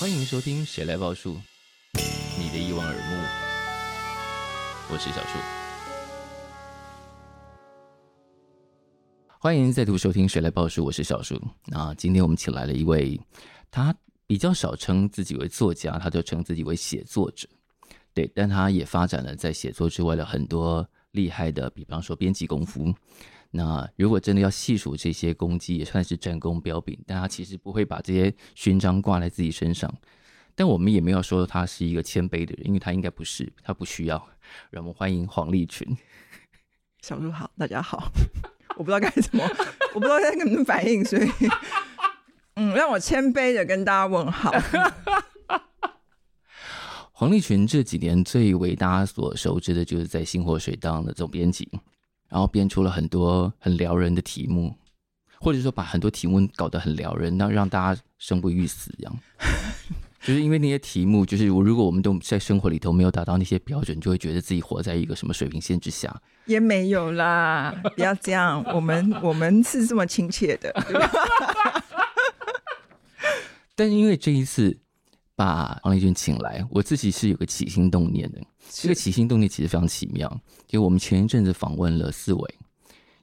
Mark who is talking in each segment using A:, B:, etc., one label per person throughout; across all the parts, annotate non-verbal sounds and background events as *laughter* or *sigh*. A: 欢迎收听《谁来报数》，你的一望而目，我是小树。欢迎再度收听《谁来报数》，我是小树。那今天我们请来了一位，他比较少称自己为作家，他就称自己为写作者。对，但他也发展了在写作之外的很多厉害的，比方说编辑功夫。那如果真的要细数这些功绩，也算是战功彪炳，但他其实不会把这些勋章挂在自己身上。但我们也没有说他是一个谦卑的人，因为他应该不是，他不需要。让我们欢迎黄立群。
B: 小树好，大家好。 *laughs* 我不知道该怎么， *laughs* 我不知道该跟你们反应，所以，嗯，让我谦卑的跟大家问好。 *laughs*
A: 黄立群这几年最为大家所熟知的就是在《星火水当》的总编辑，然后编出了很多很撩人的题目，或者说把很多题目搞得很撩人，那让大家生不欲死一样。 *laughs* 就是因为那些题目，就是我如果我们都在生活里头没有达到那些标准，就会觉得自己活在一个什么水平线之下。
B: 也没有啦，不要这样，我们我们是这么亲切的。
A: 但因为这一次把黄丽君请来，我自己是有个起心动念的。 *laughs* 这个起心动念其实非常奇妙，就我们前一阵子访问了四维，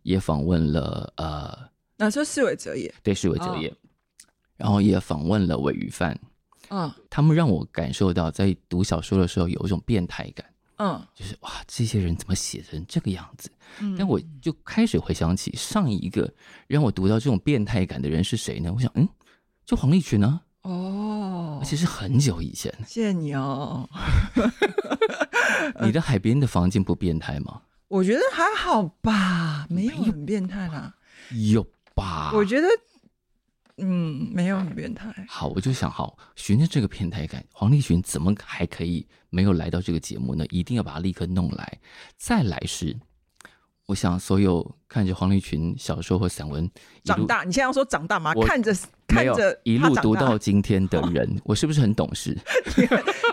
A: 也访问了呃
B: *laughs* 那说四维哲也，
A: 对视维
B: 哦
A: 哲业，然后也访问了尾鱼饭，
B: 嗯
A: 他们让我感受到在读小说的时候有一种变态感，
B: 嗯
A: 就是哇，这些人怎么写成这个样子？
B: 嗯
A: 但我就开始回想起上一个让我读到这种变态感的人是谁呢？我想，嗯，就黄立群啊，
B: 哦
A: 而，且是很久以前。
B: *laughs* 谢谢你哦。
A: 你的海边的房间不变态吗？
B: 我觉得还好吧，没有很变态啦。
A: 有吧？
B: 我觉得，嗯，没有很变态。
A: 好，我就想好，循着这个变态感，黄立群怎么还可以没有来到这个节目呢？一定要把他立刻弄来。再来是，我想所有看着黄立群小说和散文一
B: 长
A: 路
B: 大，你现在要说长大吗？
A: 我
B: 看着看
A: 没有
B: 着
A: 一
B: 他
A: 路
B: 长
A: 读
B: 大 *laughs*
A: 到今天的人，我是不是很懂事？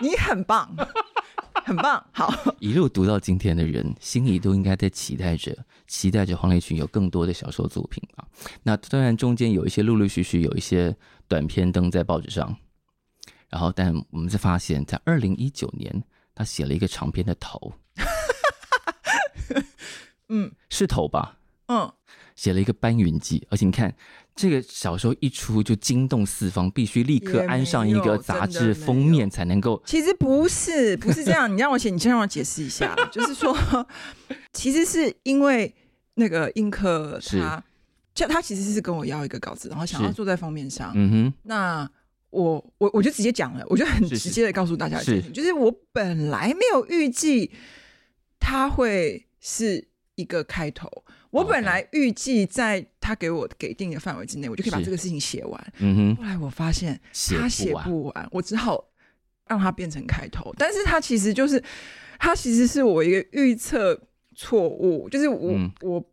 B: 你很棒， *laughs* 很棒，好，
A: 一路读到今天的人，心里都应该在期待着，期待着黄立群有更多的小说作品吧。那当然，中间有一些陆陆续续有一些短篇登在报纸上，然后但我们才发现，在二零一九年，他写了一个长篇的头，
B: *laughs* 嗯
A: 是头吧？
B: 嗯，
A: 写了一个《搬云记》，而且你看，这个小说一出就惊动四方，必须立刻
B: 也没
A: 安上一个
B: 有
A: 杂
B: 真的
A: 志
B: 没
A: 封面才能够
B: 其实不是，不是这样，你让我写，你先让我解释
A: *laughs*
B: 一下，就是说，其实是因为那个映客
A: 是
B: 他，就他其实是跟我要一个稿子，然后想要
A: 是
B: 坐在封面上，
A: 嗯
B: 那。我我我就直接讲了，我就很
A: 是是
B: 直接的告诉大家一件事
A: 是
B: 情，就是我本来没有预计他会是一个开头，我
A: OK
B: 本来预计在他给我给定的范围之内，我就可以把
A: 是
B: 这个事情写完。
A: 哼嗯
B: 后来我发现
A: 哼，写
B: 他写
A: 不完，
B: 不完，我只好让它变成开头。但是它其实就是，它其实是我一个预测错误，就是我、
A: 嗯
B: 我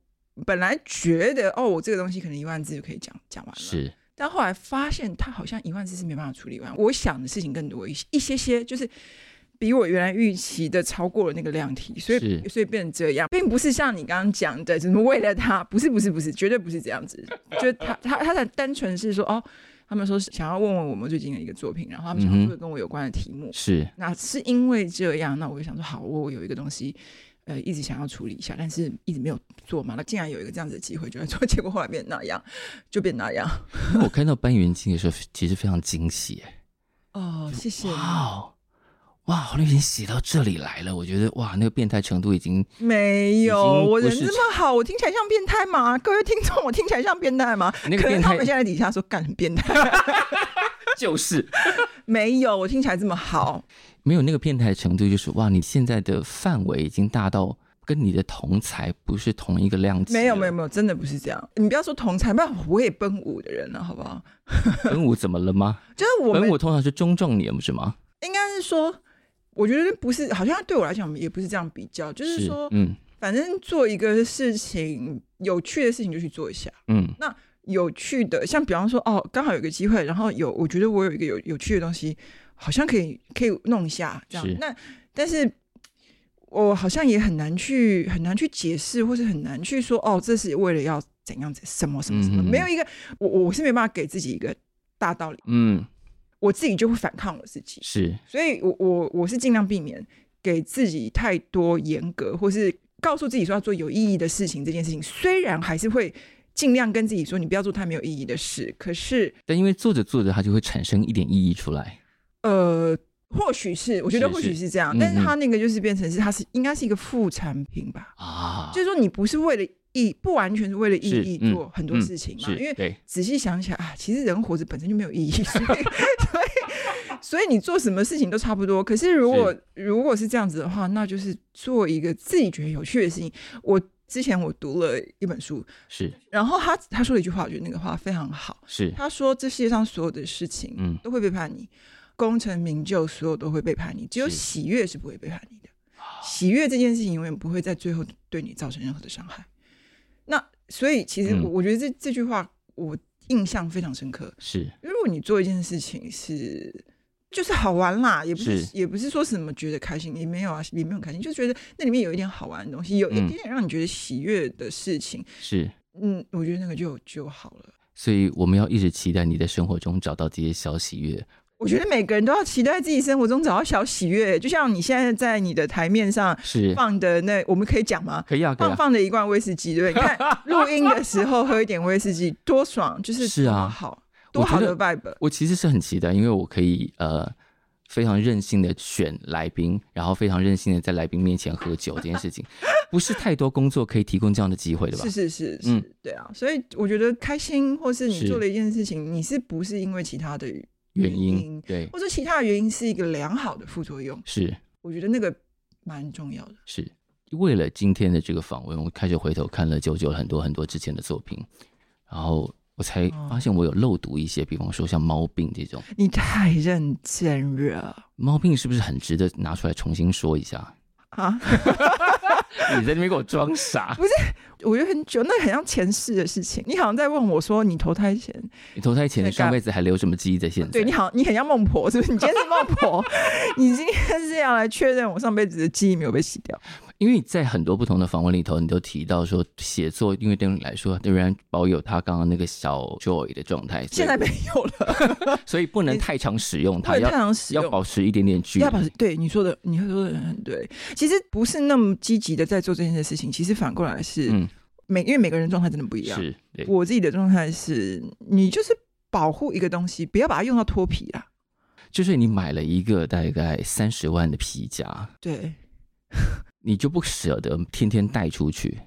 B: 本来觉得哦，我这个东西可能一万字就可以讲讲完了，
A: 是
B: 但后来发现它好像一万字是没办法处理完。我想的事情更多一些一些些，就是。比我原来预期的超过了那个量体，所以
A: 是
B: 所以变成这样，并不是像你刚刚讲的，怎么为了他，不是不是不是，绝对不是这样子。就他他他的单纯是说，哦，他们说是想要问问我们最近的一个作品，然后他们
A: 嗯
B: 想要
A: 哼
B: 做跟我有关的题目。
A: 是， *laughs*
B: 那是因为这样，那我就想说，好，我有一个东西，呃，一直想要处理一下，但是一直没有做嘛。那竟然有一个这样子的机会就来做， *laughs* 结果后来变那样，就变那样。
A: 我看到搬云记的时候，其实非常惊喜。哎
B: 哦，谢谢你。
A: 哇哦，哇，黄立群写到这里来了，我觉得哇，那个变态程度已经
B: 没有，
A: 已经不
B: 我人
A: 是
B: 这么好，我听起来像变态吗？各位听众，我听起来像变态吗？
A: 那个
B: 可
A: 变
B: 能他们
A: 态
B: 现在底下说干很变态， *laughs*
A: 就是
B: 没有，我听起来这么好。
A: 没有那个变态程度，就是哇，你现在的范围已经大到跟你的同才不是啊同一个量级。
B: 没有没有，没有，真的不是这样。你不要说同才，不然我也奔五的人了，好不好？
A: *laughs* 本武怎么了吗？
B: 就是我
A: 本
B: 们
A: 武通常是中壮年，不是吗？
B: 应该是说，我觉得不是，好像对我来讲也不是这样比较，就是说，
A: 嗯
B: 反正做一个事情，有趣的事情就去做一下。
A: 嗯，
B: 有趣的，像比方说，哦，刚好有个机会，然后有，我觉得我有一个有有趣的东西，好像可以可以弄一下这样
A: 是。
B: 那但是我好像也很难去很难去解释，或是很难去说哦，这是为了要怎样怎什么什么什么，
A: 嗯哼
B: 没有一个我我是没办法给自己一个大道理，
A: 嗯，
B: 我自己就会反抗我自己，
A: 是，
B: 所以我我我是尽量避免给自己太多严格，或是告诉自己说要做有意义的事情。这件事情虽然还是会尽量跟自己说你不要做太没有意义的事，可是
A: 但因为做着做着，它就会产生一点意义出来。
B: 呃，或许是我觉得
A: 是
B: 或许
A: 是
B: 是这样，
A: 嗯
B: 但是
A: 嗯
B: 它那个就是变成是它是应该是一个副产品吧，
A: 啊，
B: 就是说你不是为了意，不完全是为了意
A: 是
B: 义
A: 嗯
B: 做很多
A: 嗯
B: 事情嘛，
A: 是
B: 因为
A: 对，
B: 仔细想起来啊，其实人活着本身就没有意义， *laughs* 所以所以所以你做什么事情都差不多。可是如果如果是这样子的话，那就是做一个自己觉得有趣的事情。我之前我读了一本书，
A: 是
B: 然后他他说了一句话，我觉得那个话非常好。
A: 是，
B: 他说这世界上所有的事情，
A: 嗯
B: 都会背叛你，功成名就所有都会背叛你，只有
A: 是啊
B: 喜悦是不会背叛你的。喜悦这件事情永远不会在最后对你造成任何的伤害。那所以其实
A: 嗯
B: 我我觉得这、这句话我印象非常深刻。
A: 是
B: 如果你做一件事情是就是好玩啦，也不是
A: 是
B: 也不是说什么觉得开心，也没有啊，也没有很开心，就觉得那里面有一点好玩的东西，有一
A: 嗯
B: 点让你觉得喜悦的事情，
A: 是，
B: 嗯，我觉得那个就就好了。
A: 所以我们要一直期待你在生活中找到这些小喜悦。
B: 我觉得每个人都要期待自己生活中找到小喜悦，就像你现在在你的台面上
A: 是，
B: 放的那，我们可以讲吗？
A: 可以啊，可以
B: 放
A: 啊，
B: 放的一罐威士忌，对不对？你
A: *laughs*
B: 看录音的时候喝一点威士忌，多爽！就是
A: 是啊
B: 多好多好
A: 我觉
B: 的 vibe。
A: 我其实是很期待，因为我可以呃非常任性的选来宾，然后非常任性的在来宾面前喝酒这件
B: *laughs*
A: 事情，不是太多工作可以提供这样的机会的吧
B: 是？是是是，
A: 嗯
B: 对啊。所以我觉得开心，或是你
A: 是
B: 做了一件事情，你是不是因为其他的原
A: 原因
B: 因
A: 对，
B: 或者其他的原因是一个良好的副作用？
A: 是
B: 我觉得那个蛮重要的。
A: 是。为了今天的这个访问，我开始回头看了九九很多很多之前的作品，然后我才
B: 哦
A: 发现我有漏读一些，比方说像猫病这种，
B: 你太认真了
A: 猫病是不是很值得拿出来重新说一下？
B: 啊！
A: *laughs* 你在那边给我装傻，
B: 我觉得很久，那很像前世的事情。你好像在问我说，你投胎前，
A: 你投胎前的上辈子还留什么记忆在现在？
B: 对你好，你很像孟婆，是不是？你今天是孟
A: *laughs*
B: 婆，你今天是要来确认我上辈子的记忆没有被洗掉。
A: 因为在很多不同的访问里头，你都提到说，写作因为对你来说仍然保有他刚刚那个小 joy 的状态，所以
B: 现在没有了，
A: 所以不能太常使用它，
B: 对
A: 要
B: 太常使用
A: 要保持一点点距离。
B: 要把对你说的，你说的很对。其实不是那么积极的在做这件事情，其实反过来是、
A: 嗯，
B: 每因为每个人状态真的不一样。
A: 是对，
B: 我自己的状态是，你就是保护一个东西，不要把它用到脱皮啦。
A: 就是你买了一个大概三十万的皮夹，
B: 对
A: 你就不舍得天天带出去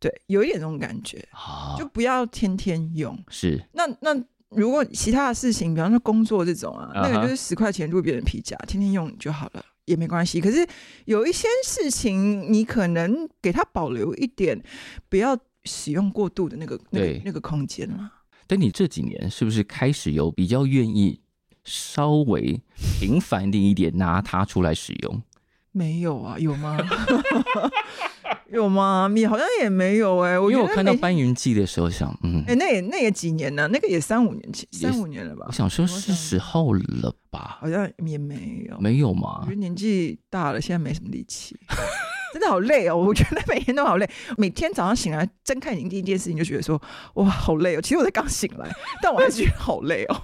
B: 对，有一点这种感觉，
A: 啊
B: 就。不要天天用。
A: 是
B: 那那如果其他的事情，比方说工作这种啊
A: 啊哈
B: 那个就是十块钱路边的皮夹，天天用就好了，也没关系。可是有一些事情，你可能给它保留一点，不要使用过度的那个那
A: 对
B: 个那个空间嘛。
A: 但你这几年是不是开始有比较愿意稍微频繁的一点拿它出来使用？
B: 没有啊， *laughs* 有吗？有吗？你好像也没有哎、我
A: 因
B: 觉
A: 为
B: 得
A: 我看到
B: 每
A: 《搬云记》的时候想，嗯，
B: 哎、那也那也几年了，那个也三五年前，
A: 也
B: 三五年了吧
A: 我？想说是
B: 想
A: 时候了吧？
B: 好像也没有，
A: 没有
B: 我
A: 吗
B: 觉得？年纪大了，现在没什么力气， *laughs* 真的好累哦。我觉得每天都好累，每天早上醒来睁开眼睛第一件事情就觉得说，哇，好累哦。其实我才刚醒来，但我还是觉得好累哦。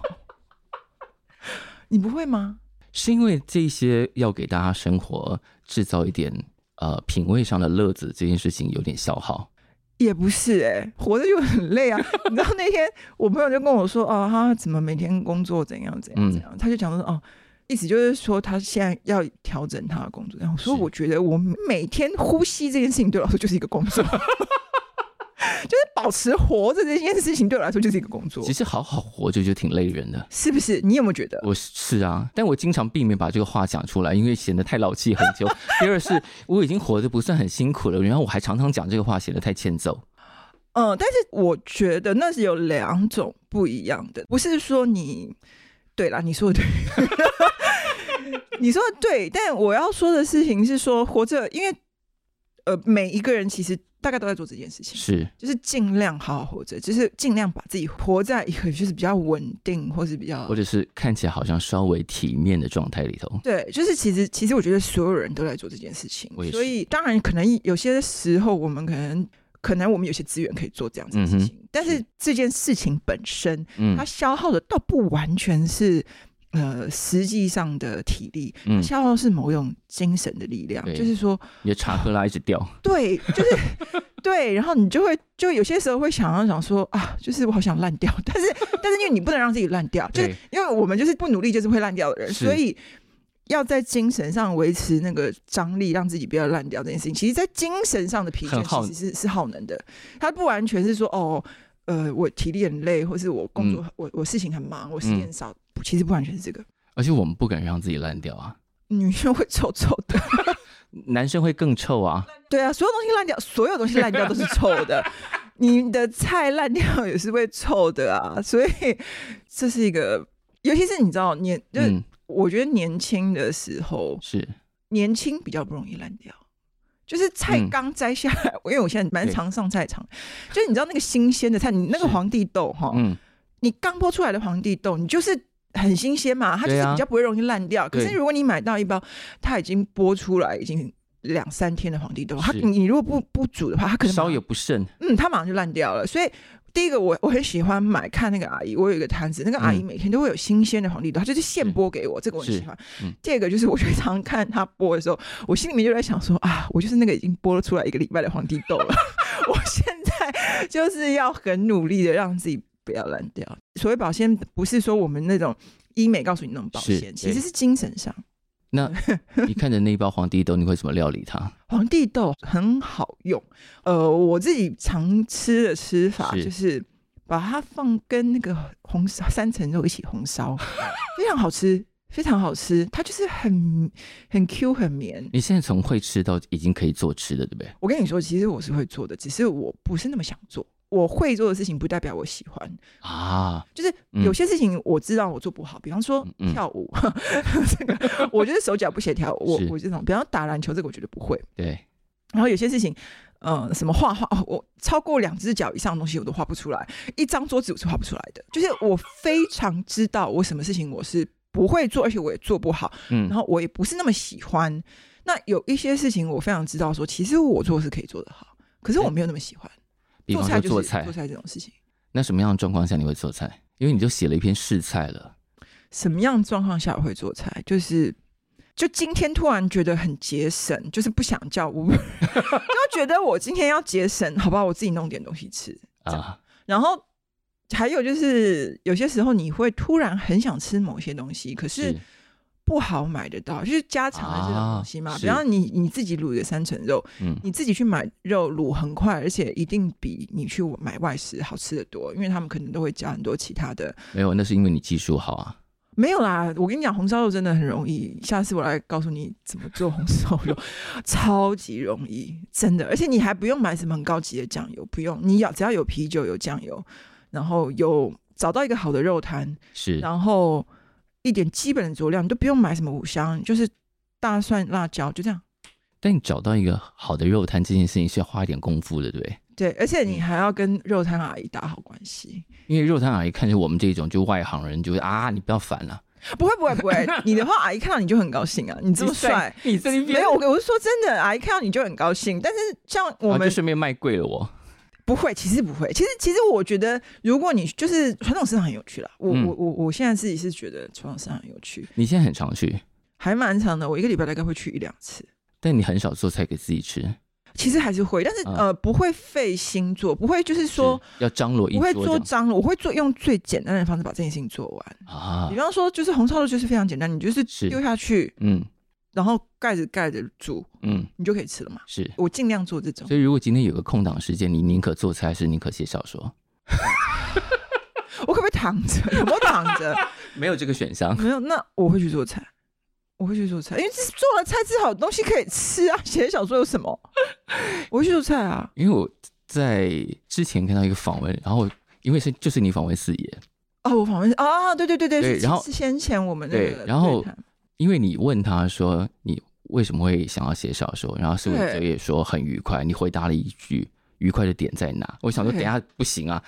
B: 你不会吗？
A: 是因为这些要给大家生活制造一点呃品味上的乐子，这件事情有点消耗。
B: 也不是哎、活着就很
A: *laughs*
B: 累啊。你知道那天我朋友就跟我说，哦，他怎么每天工作怎样怎样怎
A: 嗯
B: 样，他就讲说，哦，意思就是说他现在要调整他的工作。然后我说，
A: 是
B: 我觉得我每天呼吸这件事情对我来说就是一个工
A: *laughs*
B: 作，就是保持活着这件事情对我来说就是一个工作
A: 其，实好好活着就挺累人的。
B: 是不是？你有没有觉得？
A: 我是是啊，但我经常避免把这个话讲出来，因为显得太老气横
B: *laughs*
A: 秋。第二是我已经活得不算很辛苦了，然后我还常常讲这个话，显得太欠揍。
B: 嗯，但是我觉得那是有两种不一样的，不是说你对啦，你说的对， *laughs* 你说的对，但我要说的事情是说活着，因为呃，每一个人其实大概都在做这件事情，
A: 是
B: 就是尽量好好活着，就是尽量把自己活在一个就是比较稳定或是比较
A: 或者是看起来好像稍微体面的状态里头，
B: 对，就是其实其实我觉得所有人都在做这件事情
A: 我也，
B: 所
A: 是
B: 以当然可能有些时候我们可能可能我们有些资源可以做这样子的事情，但是
A: 嗯是
B: 这件事情本身
A: 嗯
B: 它消耗的倒不完全是。呃，实际上的体力，它
A: 嗯，
B: 消耗的是某种精神的力量，
A: 对
B: 就是说，
A: 你的查克拉一直掉，
B: 对，就是 *laughs* 对，然后你就会就有些时候会想要想说啊，就是我好想烂掉， *laughs* 但是但是因为你不能让自己烂掉，就是
A: 对
B: 因为我们就是不努力就是会烂掉的人，
A: 是
B: 所以要在精神上维持那个张力，让自己不要烂掉这件事情，其实，在精神上的疲
A: 很耗
B: 倦其实是是耗能的，它不完全是说哦，呃，我体力很累，或是我工作、我我事情很忙，我时间
A: 嗯
B: 很少，其实不完全是这个，
A: 而且我们不敢让自己烂掉啊，
B: 女生会臭臭的。
A: *laughs* 男生会更臭啊，
B: 对啊，所有东西烂掉，所有东西烂掉都是臭
A: *laughs*
B: 的。你的菜烂掉也是会臭的啊，所以这是一个，尤其是你知道年，就是
A: 嗯，
B: 我觉得年轻的时候，
A: 是
B: 年轻比较不容易烂掉。就是菜
A: 嗯
B: 刚摘下来，因为我现在蛮
A: 对
B: 常上菜场，就是你知道那个新鲜的菜，你那个
A: 是
B: 皇帝豆哈，
A: 嗯，
B: 你刚剥出来的皇帝豆，你就是很新鲜嘛，它就
A: 对
B: 是
A: 啊
B: 比较不会容易烂掉。可
A: 对
B: 是如果你买到一包，它已经剥出来已经两三天的皇帝豆，它
A: 是
B: 你如果不不煮的话，它可能马
A: 稍有不
B: *laughs*
A: 慎，
B: 嗯，它马上就烂掉了。所以第一个我我很喜欢买看那个阿姨，我有一个摊子，那个阿姨
A: 嗯
B: 每天都会有新鲜的皇帝豆，她就是现剥给我，这个我很
A: 是
B: 喜欢。
A: 嗯
B: 第二个就是我就常常看她剥的时候，我心里面就在想说啊，我就是那个已经剥了出来一个礼拜的皇帝豆了， *laughs* 我现在就是要很努力的让自己不要烂掉。所谓保鲜，不是说我们那种医美告诉你那种保
A: 是
B: 鲜，其
A: 对
B: 实是精神上。
A: 那你看着那一包皇帝豆，你会怎么料理它？
B: 皇帝豆很好用，呃，我自己常吃的吃法
A: 是
B: 就是把它放跟那个红烧三层肉一起
A: *laughs*
B: 红烧，非常好吃，非常好吃。它就是很很 Q 很绵。
A: 你现在从会吃到已经可以做吃的，对
B: *laughs*
A: 不对？
B: 我跟你说，其实我是会做的，只是我不是那么想做。我会做的事情不代表我喜欢，
A: 啊，
B: 就是
A: 嗯
B: 有些事情我知道我做不好，比方说
A: 嗯嗯
B: 跳舞， *laughs* 这个我觉得手脚不协调，我
A: 是
B: 我这种，比方打篮球这个我觉得不会，
A: 对，
B: 然后有些事情，呃，什么画画，哦，我超过两只脚以上的东西我都画不出来，一张桌子我是画不出来的。就是我非常知道我什么事情我是不会做，而且我也做不好，
A: 嗯
B: 然，后我也不是那么喜欢。那有一些事情我非常知道说其实我做是可以做得好，可是我没有那么喜欢。
A: 嗯比
B: 做
A: 方
B: 菜
A: 说
B: 就是
A: 做
B: 做
A: 菜，
B: 菜这种事情，
A: 那什么样的状况下你会做菜？因为你就写了一篇试菜了，
B: 什么样的状况下我会做菜？就是。就今天突然觉得很节省，就是不想叫 u b
A: *laughs*
B: 就觉得我今天要节省，好吧，我自己弄点东西吃。
A: 啊，
B: 然后还有就是，有些时候你会突然很想吃某些东西，可是不好买得到，就是家常的这种东西嘛。
A: 啊
B: 比方你你自己卤一个三层肉，
A: 嗯，
B: 你自己去买肉卤很快，而且一定比你去买外食好吃的多，因为他们可能都会加很多其他的。
A: 没有，那是因为你技术好啊，
B: 没有啦，我跟你讲，红烧肉真的很容易，下次我来告诉你怎么做红烧肉， *laughs* 超级容易，真的，而且你还不用买什么很高级的酱油，不用，你要只要有啤酒、有酱油，然后有找到一个好的肉摊，
A: 是
B: 然后一点基本的佐料，你都不用买什么五香，就是大蒜、辣椒，就这样。
A: 但你找到一个好的肉摊这件事情是要花一点功夫的，对不对？
B: 对，而且你还要跟肉摊阿姨打好关系。
A: 因为肉摊阿姨看着我们这种就外行人，就会啊，你不要烦了、
B: 不会，不会，不 *laughs* 会，你的话，阿姨看到你就很高兴啊，你这么帅，，
A: 你这边
B: 没有，，我我是说真的，阿姨看到你就很高兴。但是像我
A: 我
B: 们
A: 啊们顺便卖贵了我，
B: 不会，其实不会。其实其实我觉得，如果你就是传统市场很有趣啦，我、
A: 嗯
B: 我我我现在自己是觉得传统市场很有趣，
A: 你现在很常去，
B: 还蛮长的。我一个礼拜大概会去一两次，
A: 但你很少做菜给自己吃，
B: 其实还是会，但是、
A: 啊
B: 呃不会费心做，不会就是说
A: 是要张罗一
B: 不会
A: 桌
B: 做
A: 这样
B: 脏了，我会做用最简单的方式把这件事情做完。
A: 啊
B: 比，方说，就是红烧肉就是非常简单，你就是
A: 是
B: 丢下去，
A: 嗯
B: 然后盖子盖着煮，
A: 嗯，
B: 你就可以吃了嘛。
A: 是。
B: 我尽量做这种。
A: 所以如果今天有个空档时间，你宁可做菜还是宁可写小说？
B: 我可不可以躺着？ *laughs* 有没有躺着？
A: 没有这个选项，
B: 没有，那我会去做菜，我会去做菜，因为这做了菜至少有东西可以吃啊。写小说有什么？我会去做菜啊。
A: 因为我在之前看到一个访问，然后因为是就是你访问四爷，
B: 哦，我访问啊，对对对对，
A: 对
B: 是
A: 然后
B: 是先前我们那
A: 对
B: 个
A: 然后
B: 对谈
A: 因为你问他说你为什么会想要写小说，然后十五
B: 对
A: 哲也说很愉快，你回答了一句愉快的点在哪？我想说，等
B: 对
A: 一下不行啊，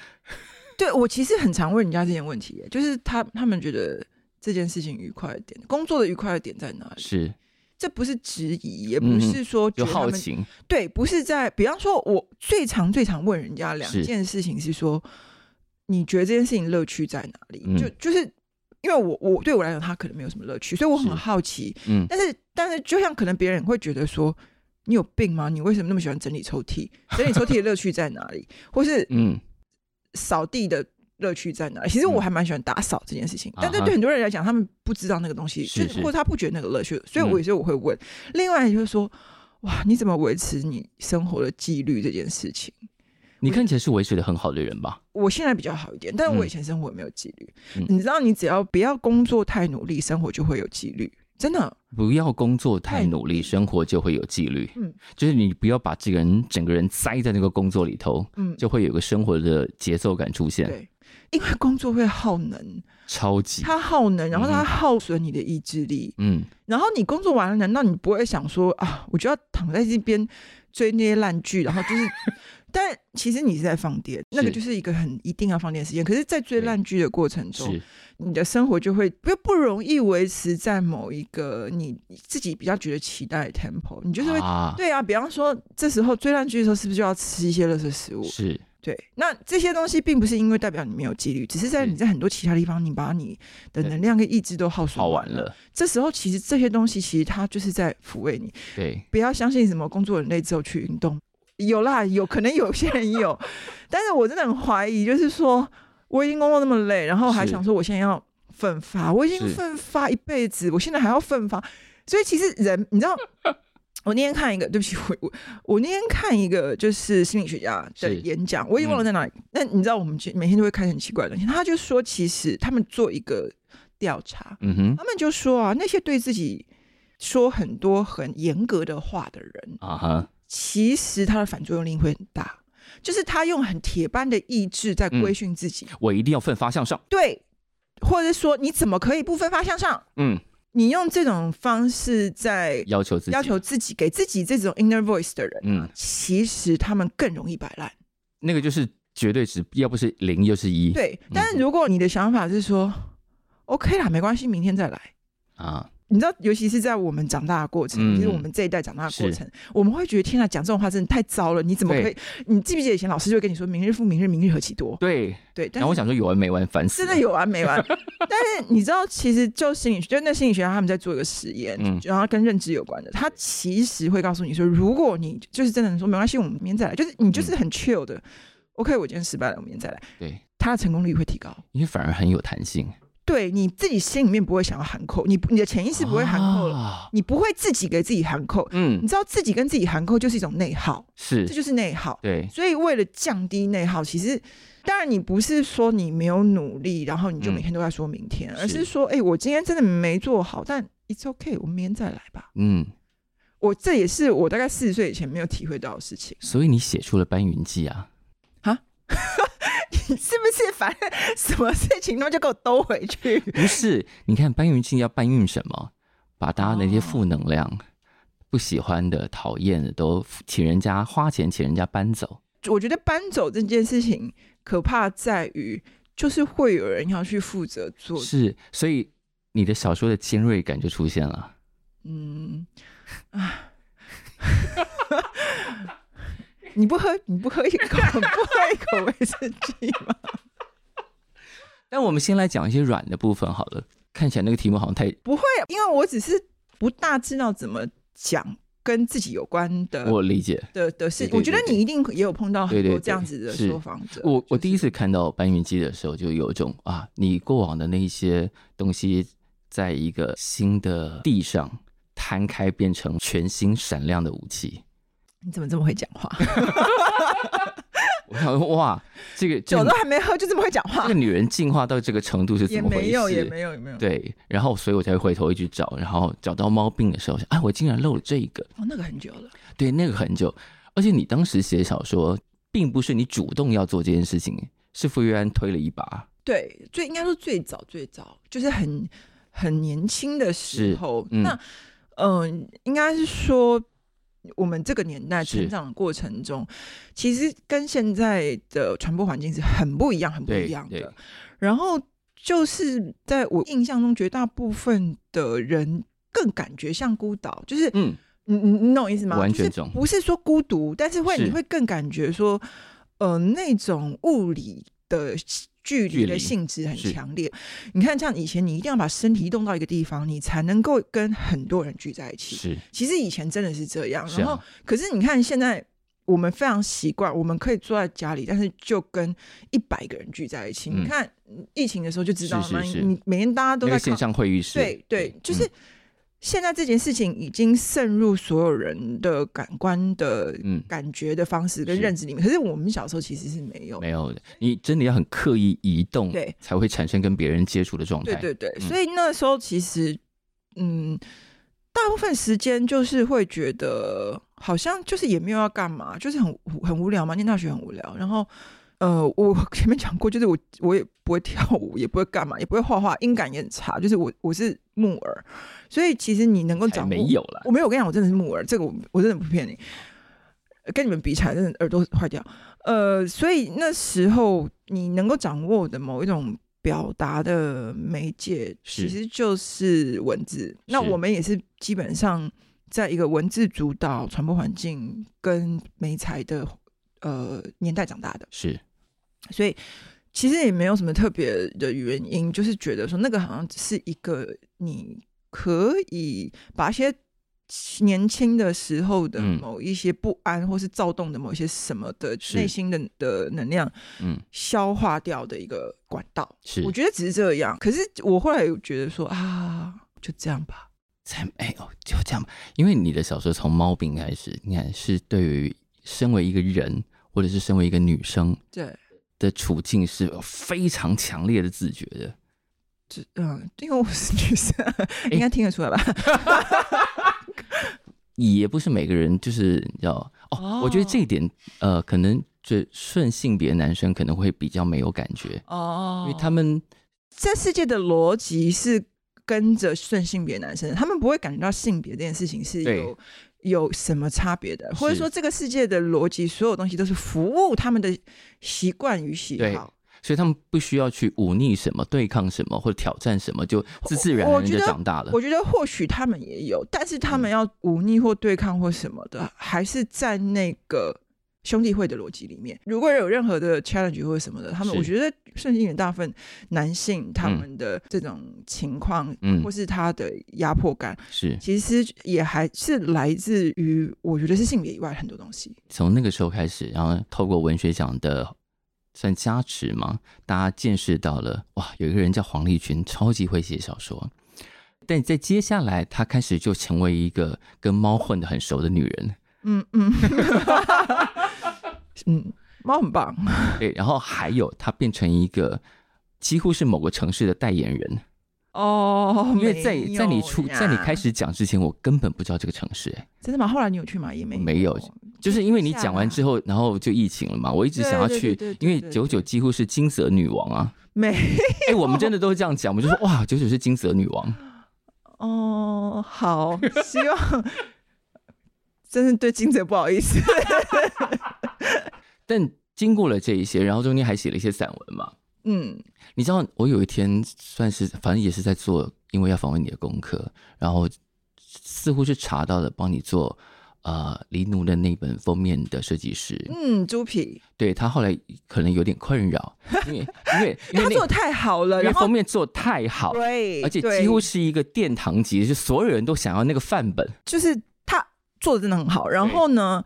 B: 对我其实很常问人家这件问题耶，就是他他们觉得这件事情愉快的点，工作的愉快的点在哪里？
A: 是
B: 这不是质疑，也
A: 嗯
B: 不是说觉
A: 就
B: 得他
A: 好
B: 们、
A: 奇，
B: 对，不是在比方说，我最常最常问人家两
A: 是
B: 件事情是说，你觉得这件事情乐趣在哪里？
A: 嗯
B: 就就是因为我我对我来讲，他可能没有什么乐趣，所以我
A: 是
B: 很好奇。
A: 嗯，
B: 但是但是，就像可能别人会觉得说。你有病吗？你为什么那么喜欢整理抽屉？整理抽屉的乐趣在哪里？或是
A: 嗯，
B: 扫地的乐趣在哪里？其实我
A: 嗯
B: 还蛮喜欢打扫这件事情，但这
A: 啊哈
B: 对很多人来讲，他们不知道那个东西，
A: 是
B: 就是或者他不觉得那个乐趣，所以
A: 嗯
B: 我有时候我会问。另外就是说，哇，你怎么维持你生活的纪律这件事情？
A: 你看起来是维持的很好的人吧？
B: 我现在比较好一点，但
A: 嗯
B: 我以前生活也没有纪律。
A: 嗯
B: 你知道，你只要不要工作太努力，生活就会有纪律。真的，
A: 不要工作太
B: 太
A: 努力，生活就会有纪律。
B: 嗯
A: 就是你不要把这个人整个人塞在那个工作里头，
B: 嗯，
A: 就会有个生活的节奏感出现，
B: 对，因为工作会耗能，
A: 超级。
B: 它耗能，然后
A: 嗯
B: 它耗损你的意志力。
A: 嗯，
B: 然后你工作完了，难道你不会想说啊，我就要躺在这边追那些烂剧，然后就是，但其实你是在放电，那个就是一个很一定要放电的时间。可是，在追烂剧的过程中
A: 是，
B: 你的生活就会不不容易维持在某一个你自己比较觉得期待的 tempo，你就是会。
A: 啊，
B: 对啊，比方说这时候追烂剧的时候，是不是就要吃一些垃圾食物？
A: 是
B: 对，那这些东西并不是因为代表你没有纪律，只是在
A: 是
B: 你在很多其他地方，你把你的
A: 对
B: 能量跟意志都耗损
A: 好玩
B: 了。
A: 了，
B: 这时候其实这些东西其实它就是在抚慰你，
A: 对，
B: 不要相信什么工作很累之后去运动，有啦，有可能有些人
A: *laughs*
B: 有，但是我真的很怀疑，就是说我已经工作那么累，然后还
A: 是
B: 想说我现在要奋发，我已经
A: 是
B: 奋发一辈子，我现在还要奋发，所以其实人你
A: *laughs*
B: 知道。我那天看一个，对不起，我我我那天看一个就是心理学家的
A: 是嗯
B: 演讲，我已经忘了在哪里。那、你知道我们每天都会看很奇怪的东西，他就说其实他们做一个调查，
A: 嗯哼，
B: 他们就说啊，那些对自己说很多很严格的话的人，
A: 啊哈，
B: 其实他的反作用力会很大，就是他用很铁般的意志在
A: 嗯
B: 规训自己，
A: 我一定要奋发向上，
B: 对，或者说你怎么可以不奋发向上？
A: 嗯，
B: 你用这种方式在
A: 要求自己，
B: 要求自己，给自己这种 inner voice 的人，
A: 嗯，
B: 其实他们更容易摆烂。
A: 那个就是绝对值，要不是零就是一，
B: 对
A: 嗯，
B: 但是如果你的想法是说、o k 啦，没关系，明天再来。
A: 啊，
B: 你知道，尤其是在我们长大的过程，
A: 嗯
B: 就是我们这一代长大的过程，我们会觉得天啊，讲这种话真的太糟了！你怎么可以？你记不记得以前老师就会跟你说“明日复明日，明日何其多
A: 对，”？
B: 对，
A: 然
B: 但是
A: 后我想说有完没完，烦死
B: 真
A: 了，
B: 的有完没完？但是你知道，其实就心理学，就那心理学家他们在做一个实验，
A: 嗯
B: 然后跟认知有关的，他其实会告诉你说，如果你就是真的说没关系，我们明天再来，就是你就是
A: 嗯
B: 很 chill 的、o k 我今天失败了，我明天再来，
A: 对，
B: 他的成功率会提高。
A: 因为反而很有弹性，
B: 对你自己心里面不会想要喊扣，你不你的潜意识不会喊扣了，
A: 了，
B: 你不会自己给自己喊扣，
A: 啊嗯
B: 你，知道自己跟自己含扣就是一种内耗，
A: 是，
B: 这就是内耗。
A: 对，
B: 所以为了降低内耗，其实当然你不是说你没有努力，然后你就
A: 嗯
B: 每天都在说明天，而
A: 是
B: 是说，哎、我今天真的没做好，但 it's okay，我明天再来吧。
A: 嗯，
B: 我这也是我大概四十岁以前没有体会到的事情，
A: 所以你写出了《搬云记》啊，
B: *laughs* 你是不是？反正什么事情他们就给我兜回去。 *laughs*
A: 不是？你看《搬云记》要搬运什么？把大家的那些负能量、不喜欢的、讨厌的，都请人家花钱请人家搬走，
B: 我觉得搬走这件事情可怕在于，就是会有人要去负责做
A: 是，所以你的小说的尖锐感就出现了。
B: 嗯， *laughs* 啊，你不喝你不喝一口不喝一口威士忌吗？
A: 但我们先来讲一些软的部分好了。看起来那个题目好像太……
B: 不会，因为我只是不大知道怎么讲跟自己有关的
A: 我理解。
B: 的的事
A: 对
B: 情。
A: 对
B: 我觉得
A: 对对
B: 你一定也有碰到
A: 对对
B: 很多
A: 对
B: 这样子的
A: 是
B: 说访者。
A: 我我第一
B: 就是
A: 次看到搬运机的时候，就有一种啊，你过往的那一些东西，在一个新的地上摊开，变成全新闪亮的武器。
B: 你怎么这么会讲
A: *laughs*
B: 话？
A: 我想说，哇，这个这
B: 酒都
A: 个
B: 还没喝就这么会讲
A: 这 *laughs*
B: 话
A: 个，女人进化到这个程度是
B: 也
A: 怎么回事？
B: 没有也没有也没有。
A: 对，然后所以我才会回头一直找，然后找到猫病的时候，想哎，我竟然漏了这一个。
B: 哦，那个很久了。
A: 对，那个很久。而且你当时写小说，并不是你主动要做这件事情，是傅玉安推了一把。
B: 对，最应该说最早最早就是很很年轻的时
A: 是
B: 候，
A: 嗯
B: 那嗯，应该是说我们这个年代
A: 是
B: 成长的过程中，其实跟现在的传播环境是很不一样、很不
A: 对
B: 一样
A: 对
B: 的。然后就是在我印象中，绝大部分的人更感觉像孤岛，就是
A: 嗯，
B: 你你你懂我意思吗？
A: 完
B: 就是
A: 全懂
B: 不是说孤独，但是会
A: 是
B: 你会更感觉说，呃，那种物理的
A: 距
B: 距离
A: 离
B: 的性质很
A: 是
B: 强烈。你看，像以前你一定要把身体移动到一个地方，你才能够跟很多人聚在一起。
A: 是
B: 其实以前真的是这样，
A: 是
B: 然后、
A: 啊，
B: 可是你看现在。我们非常习惯，我们可以坐在家里，但是就跟一百个人聚在一起。
A: 嗯
B: 你看疫情的时候就知道了嘛，
A: 是是是
B: 你你每天大家都
A: 那
B: 在
A: 个线
B: 抗
A: 上会议室，
B: 对对，
A: 嗯
B: 就是现在这件事情已经渗入所有人的感官的
A: 嗯
B: 感觉的方式跟
A: 是
B: 认知里面。可是我们小时候其实是没有，
A: 没有的，你真的要很刻意移动，
B: 对
A: 才会产生跟别人接触的状态。
B: 对对对，
A: 嗯
B: 所以那时候其实嗯，大部分时间就是会觉得好像就是也没有要干嘛，就是很无很无聊嘛，念大学很无聊，然后。呃，我 *laughs* 前面讲过，就是我我也不会跳舞，也不会干嘛，也不会画画，音感也很差，就是我我是木耳，所以其实你能够
A: 才
B: 掌握
A: 没有啦，
B: 我没有，我跟你讲，我真的是木耳，这个我我真的不骗你，呃跟你们比起来，真的耳朵坏掉。呃，所以那时候你能够掌握的某一种表达的媒介，
A: 是
B: 其实就是文字。那
A: 是
B: 我们也是基本上在一个文字主导传播环境跟媒材的呃年代长大的，
A: 是
B: 所以其实也没有什么特别的原因，就是觉得说那个好像是一个你可以把一些年轻的时候的
A: 嗯
B: 某一些不安或是躁动的某一些什么的
A: 是
B: 内心的的能量
A: 嗯
B: 消化掉的一个管道。
A: 是
B: 我，觉得只是这样，可是我后来有觉得说啊，就这样吧。
A: 才哎哦就这样吧，因为你的小说从猫饼开始，你看是对于身为一个人或者是身为一个女生
B: 对，
A: 的处境是有非常强烈的自觉的。
B: 这嗯，因为我是女生，应该听得出来吧？
A: 也不是每个人就是你知道哦，
B: 哦
A: 我觉得这一点呃，可能这顺性别男生可能会比较没有感觉，
B: 哦
A: 因为他们
B: 这世界的逻辑是跟着顺性别男生，他们不会感觉到性别这件事情是
A: 对
B: 有有什么差别的，或者
A: 是
B: 说这个世界的逻辑，所有东西都是服务他们的习惯与喜
A: 对
B: 好。
A: 所以他们不需要去忤逆什么、对抗什么或者挑战什么，就自自然而
B: 我我
A: 然
B: 觉
A: 就
B: 得
A: 长大了
B: 我。觉得或许他们也有，但是他
A: 嗯
B: 们要忤逆或对抗或什么的，还是在那个。兄弟会的逻辑里面，如果有任何的 challenge 或者什么的，他们
A: 是
B: 我觉得顺性别大部分男性他
A: 嗯
B: 们的这种情况，
A: 嗯
B: 或是他的压迫感，
A: 是
B: 其实也还是来自于，我觉得是性别以外很多东西。
A: 从那个时候开始，然后透过文学奖的算加持嘛，大家见识到了哇，有一个人叫黄立群，超级会写小说。但在接下来，她开始就成为一个跟猫混得很熟的女
B: *laughs*
A: 人，
B: 嗯嗯，嗯，猫很
A: *laughs*
B: 棒，
A: 对，然后还有她变成一个几乎是某个城市的代言人，
B: 哦，
A: 因为在
B: 没有
A: 在你出
B: 呀
A: 在你开始讲之前，我根本不知道这个城市、哎
B: 真的吗？后来你有去吗？也没
A: 没有就是因为你讲完之
B: 后
A: 后，然后就疫情了嘛，我一直想要
B: 对
A: 去
B: 对对对，
A: 因为
B: 对对
A: 九九几乎是金泽女王
B: *laughs*
A: 啊。
B: 没
A: *laughs* 哎，我们真的都是这样讲，我们就说哇，九九是金泽女王。
B: 哦，好，希望 *laughs* 真是对金泽不好意思。
A: 但经过了这一些，然后中间还写了一些散文嘛。
B: 嗯，
A: 你知道，我有一天算是反正也是在做，因为要访问你的功课，然后似乎是查到了帮你做呃黎奴的那本封面的设计师，
B: 嗯，猪皮，
A: 对他后来可能有点困扰，因为因为因为
B: 因为他
A: 那
B: 做的太好了，
A: 因为
B: 然
A: 封
B: 后
A: 面做得太好，
B: 对，
A: 而且
B: 对
A: 几乎是一个殿堂级，就所有人都想要那个范本。
B: 就是他做的真的很好。然后呢，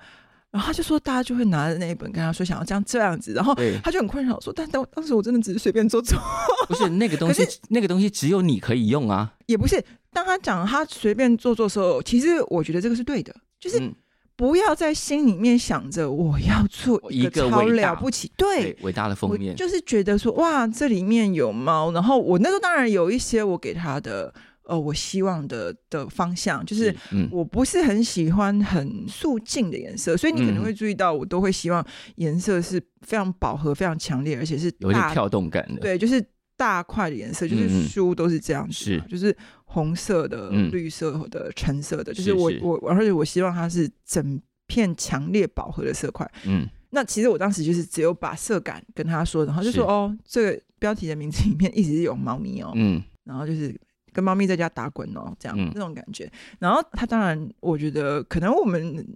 B: 然后他就说大家就会拿着那一本跟他说想要这样这样子，然后
A: 对，
B: *laughs* 他就很困扰说，但当当时我真的只是随便做做，
A: 不是那个东西，那个东西只有你可以用啊。
B: 也不是。当他讲他随便做做的时候，其实我觉得这个是对的，就是
A: 嗯，
B: 不要在心里面想着我要做
A: 一个
B: 个超
A: 伟大
B: 了不起，对
A: 对，伟大的封
B: 我
A: 面，
B: 就是觉得说哇，这里面有猫。然后我那时候当然有一些我给他的呃，我希望的的方向，就是
A: 嗯，
B: 我不是很喜欢很素净的颜色，所以你可
A: 嗯
B: 能会注意到，我都会希望颜色是非常饱和、非常强烈，而且是
A: 有点
B: 大
A: 跳动感的。
B: 对，就是大块的颜色，就
A: 嗯嗯
B: 是书都是这样子嘛，
A: 是
B: 就是红色的、
A: 嗯
B: 绿色的、橙色的，就是是我
A: 是
B: 我而且我希望它是整片强烈饱和的色块。
A: 嗯，
B: 那其实我当时就是只有把色感跟他说，然后就是说哦，这个标题的名字里面一直是有猫咪哦，
A: 嗯，
B: 然后就是跟猫咪在家打滚哦，这样、
A: 嗯
B: 那种感觉。然后他当然，我觉得可能我们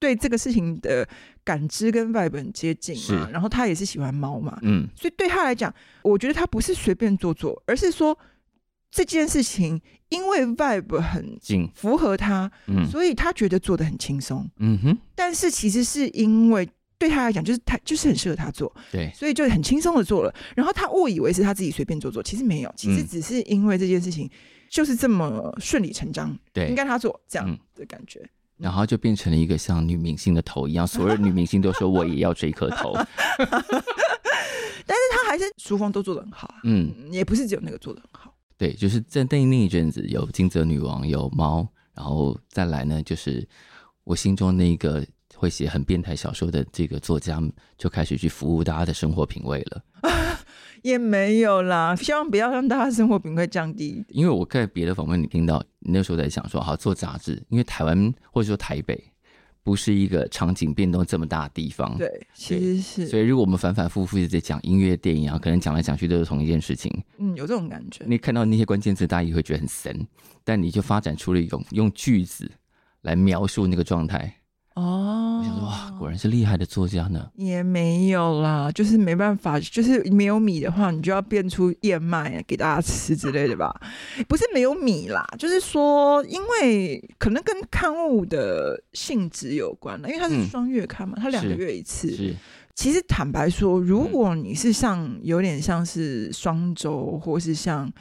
B: 对这个事情的感知跟 vibe 很接近嘛
A: 是，
B: 然后他也是喜欢猫嘛，
A: 嗯，
B: 所以对他来讲，我觉得他不是随便做做，而是说这件事情因为 vibe 很
A: 静，
B: 符合他，
A: 嗯，
B: 所以他觉得做的很轻松。
A: 嗯哼，
B: 但是其实是因为对他来讲，就是他就是很适合他做，
A: 对，
B: 所以就很轻松的做了。然后他误以为是他自己随便做做，其实没有，其实
A: 嗯
B: 只是因为这件事情就是这么顺理成章，应
A: 对，
B: 该他做这样
A: 嗯
B: 的感觉。
A: 然后就变成了一个像女明星的头一样，所有女明星都说我也要这一颗
B: *laughs*
A: 头，
B: 他还是书风都做的很好啊，
A: 嗯，
B: 嗯，也不是只有那个做的很好。
A: 对，就是在那那一阵子有金泽女王，有猫，然后再来呢，就是我心中那个会写很变态小说的这个作家，就开始去服务大家的生活品味了。
B: 也没有啦，希望不要让大家生活品味降低。
A: 因为我在别的访问里听到，你那时候在想说，好做杂志，因为台湾或者说台北不是一个场景变动这么大的地方，，
B: 对，其实
A: 嗯所
B: 是，
A: 以如果我们反反复复一直在讲音乐、电影啊，可能讲来讲去都是同一件事情，
B: 嗯，有这种感觉。
A: 你看到那些关键字，大家也会觉得很神，但你就发展出了一种用句子来描述那个状态。
B: 哦，
A: 我想说，哇，果然是厉害的作家呢。
B: 也没有啦，就是没办法，就是没有米的话，你就要变出燕麦给大家吃之类的吧。不是没有米啦，就是说，因为可能跟刊物的性质有关了，因为它是
A: 嗯
B: 双月刊嘛，它两个
A: 是
B: 月一次。
A: 是，
B: 其实坦白说，
A: 嗯
B: 如果你是像有点像是双周，或是像。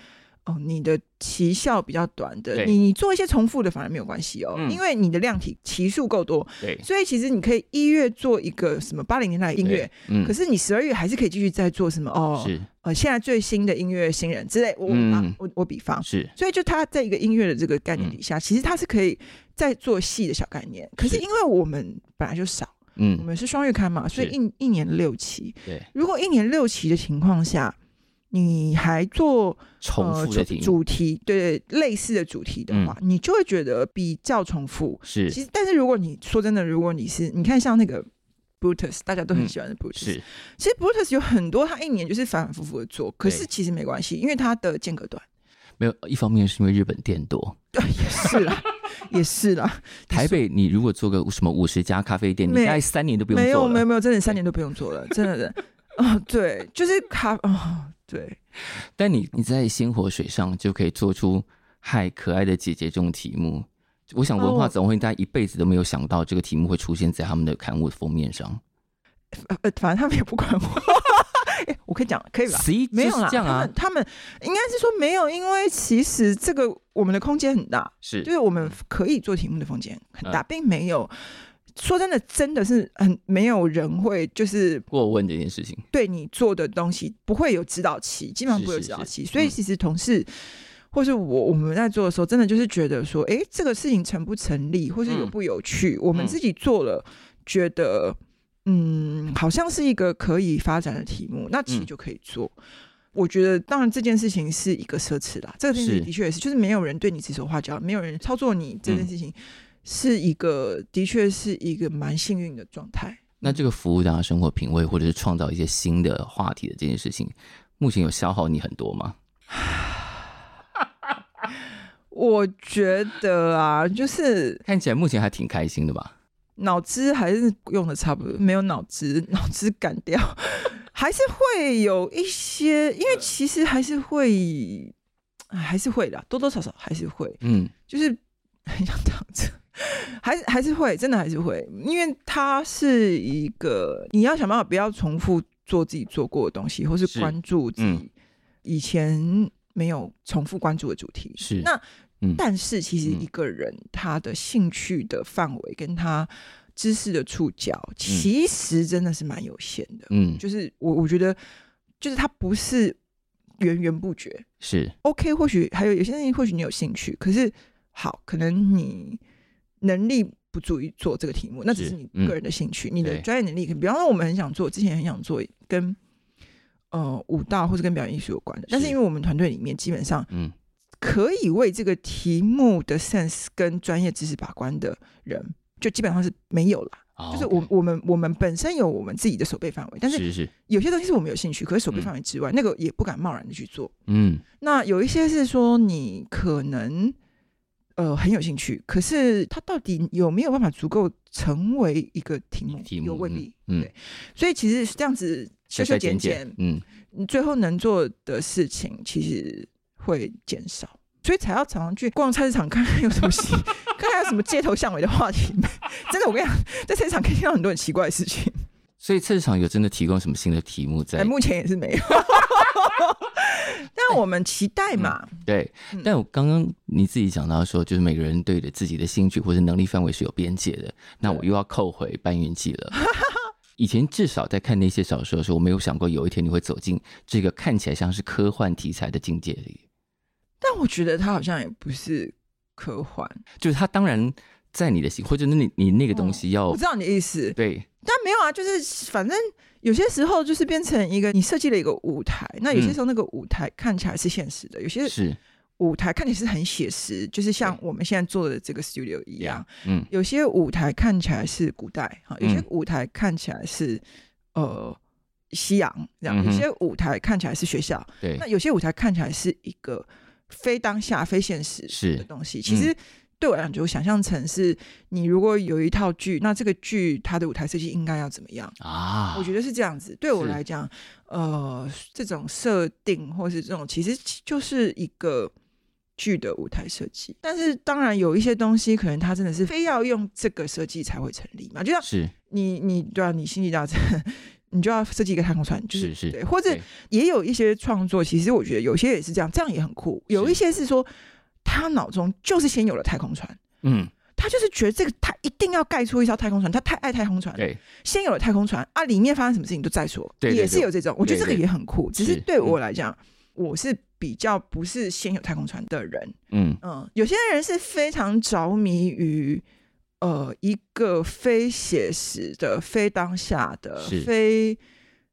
B: 哦，你的期效比较短的，
A: 对
B: 你你做一些重复的反而没有关系哦，
A: 嗯
B: 因为你的量体期数够多，
A: 对，
B: 所以其实你可以一月做一个什么八零年代的音乐
A: 对，，嗯
B: 可是你十二月还是可以继续再做什么哦，
A: 是
B: 呃，现在最新的音乐新人之类，我、
A: 嗯
B: 啊我我比方，
A: 是，
B: 所以就它在一个音乐的这个概念底下，其实它是可以再做细的小概念。可是
A: 是
B: 因为我们本来就少，我
A: 嗯，
B: 们是呃双月刊嘛，所以
A: 是
B: 一一年六期，
A: 对，
B: 如果一年六期的情况下。你还做
A: 重
B: 呃
A: 复的题目嗯
B: 主题，对类似的主题的话，你就会觉得比较重复，其
A: 是
B: 实，但是如果你说真的，如果你是你看像那个 Brutus，大家都很喜欢的
A: 嗯
B: Brutus，、
A: 是，
B: 其实 Brutus 有很多，他一年就是反反复复的做，可是
A: 对
B: 其实没关系，因为他的间
A: *laughs*
B: 隔短，
A: 没有一方面是因为日本店多，
B: 对，也是啦，也是啦，
A: 台北你如果做个什么五十家咖啡店，你
B: 没
A: 大概三年都不用
B: 没有
A: 做
B: 没有
A: 了。
B: 没有，真的三年都不用做了，真的的，哦，对，就是咖，哦，对，
A: 但你你在鲜活水上就可以做出“嗨，可爱的姐姐”这种题目。我想文化
B: 哦
A: 总会大家一辈子都没有想到这个题目会出现在他们的刊物封面上。
B: 呃，呃反正他们也不管我， *laughs* 哎我可以讲，可以吧？
A: 谁
B: 没有
A: 就是
B: 啦，
A: 这样
B: 他
A: 啊
B: 们，他们应该是说没有，因为其实这个我们的空间很大，
A: 是
B: 就是我们可以做题目的空间很大，
A: 嗯
B: 并没有。说真的，真的是很没有人会就是
A: 过问这件事情。
B: 对你做的东西不会有指导期，基本上
A: 是
B: 不会有
A: 是
B: 指导
A: 是
B: 期，所以
A: 嗯
B: 其实同事。或是我我们在做的时候，真的就是觉得说，诶，这个事情成不成立，或是有
A: 嗯
B: 不有趣，我们
A: 嗯
B: 自己做了，觉得嗯，好像是一个可以发展的题目，那其实
A: 嗯
B: 就可以做。我觉得，当然这件事情是一个奢侈啦，这个事
A: 是
B: 情的确也是，就是没有人对你指手画脚，没有人操作你这
A: 嗯
B: 件事情，是一个的确是一个蛮幸运的状态。
A: 那这个服务大家生活品味，或者是创造一些新的话题的这件事情，目前有消耗你很多吗？
B: 我觉得啊，就是
A: 看起来目前还挺开心的吧？
B: 脑汁还是用的差不多，没有脑汁，脑汁干掉，还是会有一些，因为其实还是会，哎还是会的，多多少少还是会，
A: 嗯，
B: 就是 *laughs* 很想躺着，还是还是会，真的还是会，因为它是一个你要想办法不要重复做自己做过的东西，或是
A: 是
B: 关注自
A: 嗯
B: 己以前没有重复关注的主题。
A: 是
B: 那、
A: 嗯
B: 但是其实
A: 嗯
B: 一个人他的兴趣的范围跟他知识的触角，其实真的是蛮有限的。
A: 嗯，
B: 就是我我觉得，就是他不是源源不绝，
A: 是
B: OK，或许还有有些事情，或许你有兴趣，可是好，可能你能力不足以做这个题目，那只
A: 是
B: 是你
A: 嗯
B: 个人的兴趣，你的
A: 对
B: 专业能力。比方说，我们很想做，之前很想做跟呃舞蹈或者跟表演艺术有关的。但是
A: 是
B: 因为我们团队里面基本上
A: 嗯，
B: 可以为这个题目的 sense 跟专业知识把关的人，就基本上是没有啦。
A: 哦
B: 就是我
A: OK
B: 我们我们本身有我们自己的手背范围，但是
A: 是是，
B: 有些东西是我们有兴趣，可是手背
A: 嗯
B: 范围之外，那个也不敢贸然的去做。
A: 嗯
B: 那有一些是说你可能呃很有兴趣，可是它到底有没有办法足够成为一个题目，
A: 题目
B: 又未
A: 嗯
B: 必。
A: 嗯
B: 对，所以其实是这样子修
A: 筛
B: 修
A: 筛
B: 剪
A: 减
B: 剪，
A: 嗯，
B: 你最后能做的事情其实会减少，所以才要常常去逛菜市场看看有什么新， *laughs* 看看有什么街头巷尾的话题。真的，我跟你讲，在菜市场可以听到很多很奇怪的事情。
A: 所以菜市场有真的提供什么新的题目在
B: 哎，？目前也是没
A: *laughs*
B: 有，但我们期待嘛。
A: 对，
B: 嗯
A: 但我刚刚你自己讲到说，就是每个人对着自己的兴趣或者能力范围是有边界的，那我又要扣回搬运记了。 *laughs* 以前至少在看那些小说的时候，我没有想过有一天你会走进这个看起来像是科幻题材的境界里。
B: 但我觉得它好像也不是科幻，
A: 就是它当然在你的心，或者那你你那个东西要、
B: 嗯我知道你的意思，
A: 对，
B: 但没有啊，就是反正有些时候就是变成一个你设计了一个舞台，那有些
A: 嗯
B: 时候那个舞台看起来是现实的，有些
A: 是
B: 舞台看起来是很写实，就是像
A: 对
B: 我们现在做的这个 studio 一样。
A: 嗯
B: 有些舞台看起来是古代，哈，有些
A: 嗯
B: 舞台看起来是、呃西洋这样，
A: 嗯哼
B: 有些舞台看起来是学校，
A: 对
B: 那有些舞台看起来是一个非当下、非现实
A: 是嗯
B: 的东西。其实对我来讲，就想象成是你如果有一套剧，那这个剧它的舞台设计应该要怎么样？
A: 啊，
B: 我觉
A: 得
B: 得是这样子。对我
A: 是
B: 来讲，呃，这种设定或是这种，其实就是一个剧的舞台设计。但是当然有一些东西，可能它真的是非要用这个设计才会成立嘛。就像
A: 是
B: 你，你对啊，你星际大战。你就要设计一个太空船，就是
A: 是
B: 对，或者
A: 对
B: 也有一些创作，其实我觉得有些也是这样，这样也很酷。有一些是说他脑中就是先有了太空船，
A: 嗯
B: 他就是觉得这个他一定要盖出一艘太空船，他太爱太空船了，
A: 对
B: 先有了太空船啊，里面发生什么事情都再说，
A: 对对对
B: 也是有这种，我觉得这个
A: 对对
B: 也很酷。只是
A: 是嗯
B: 对我来讲，我是比较不是先有太空船的人，
A: 嗯
B: 嗯，有些人是非常着迷于呃一个非写实的、非当下的
A: 是、
B: 非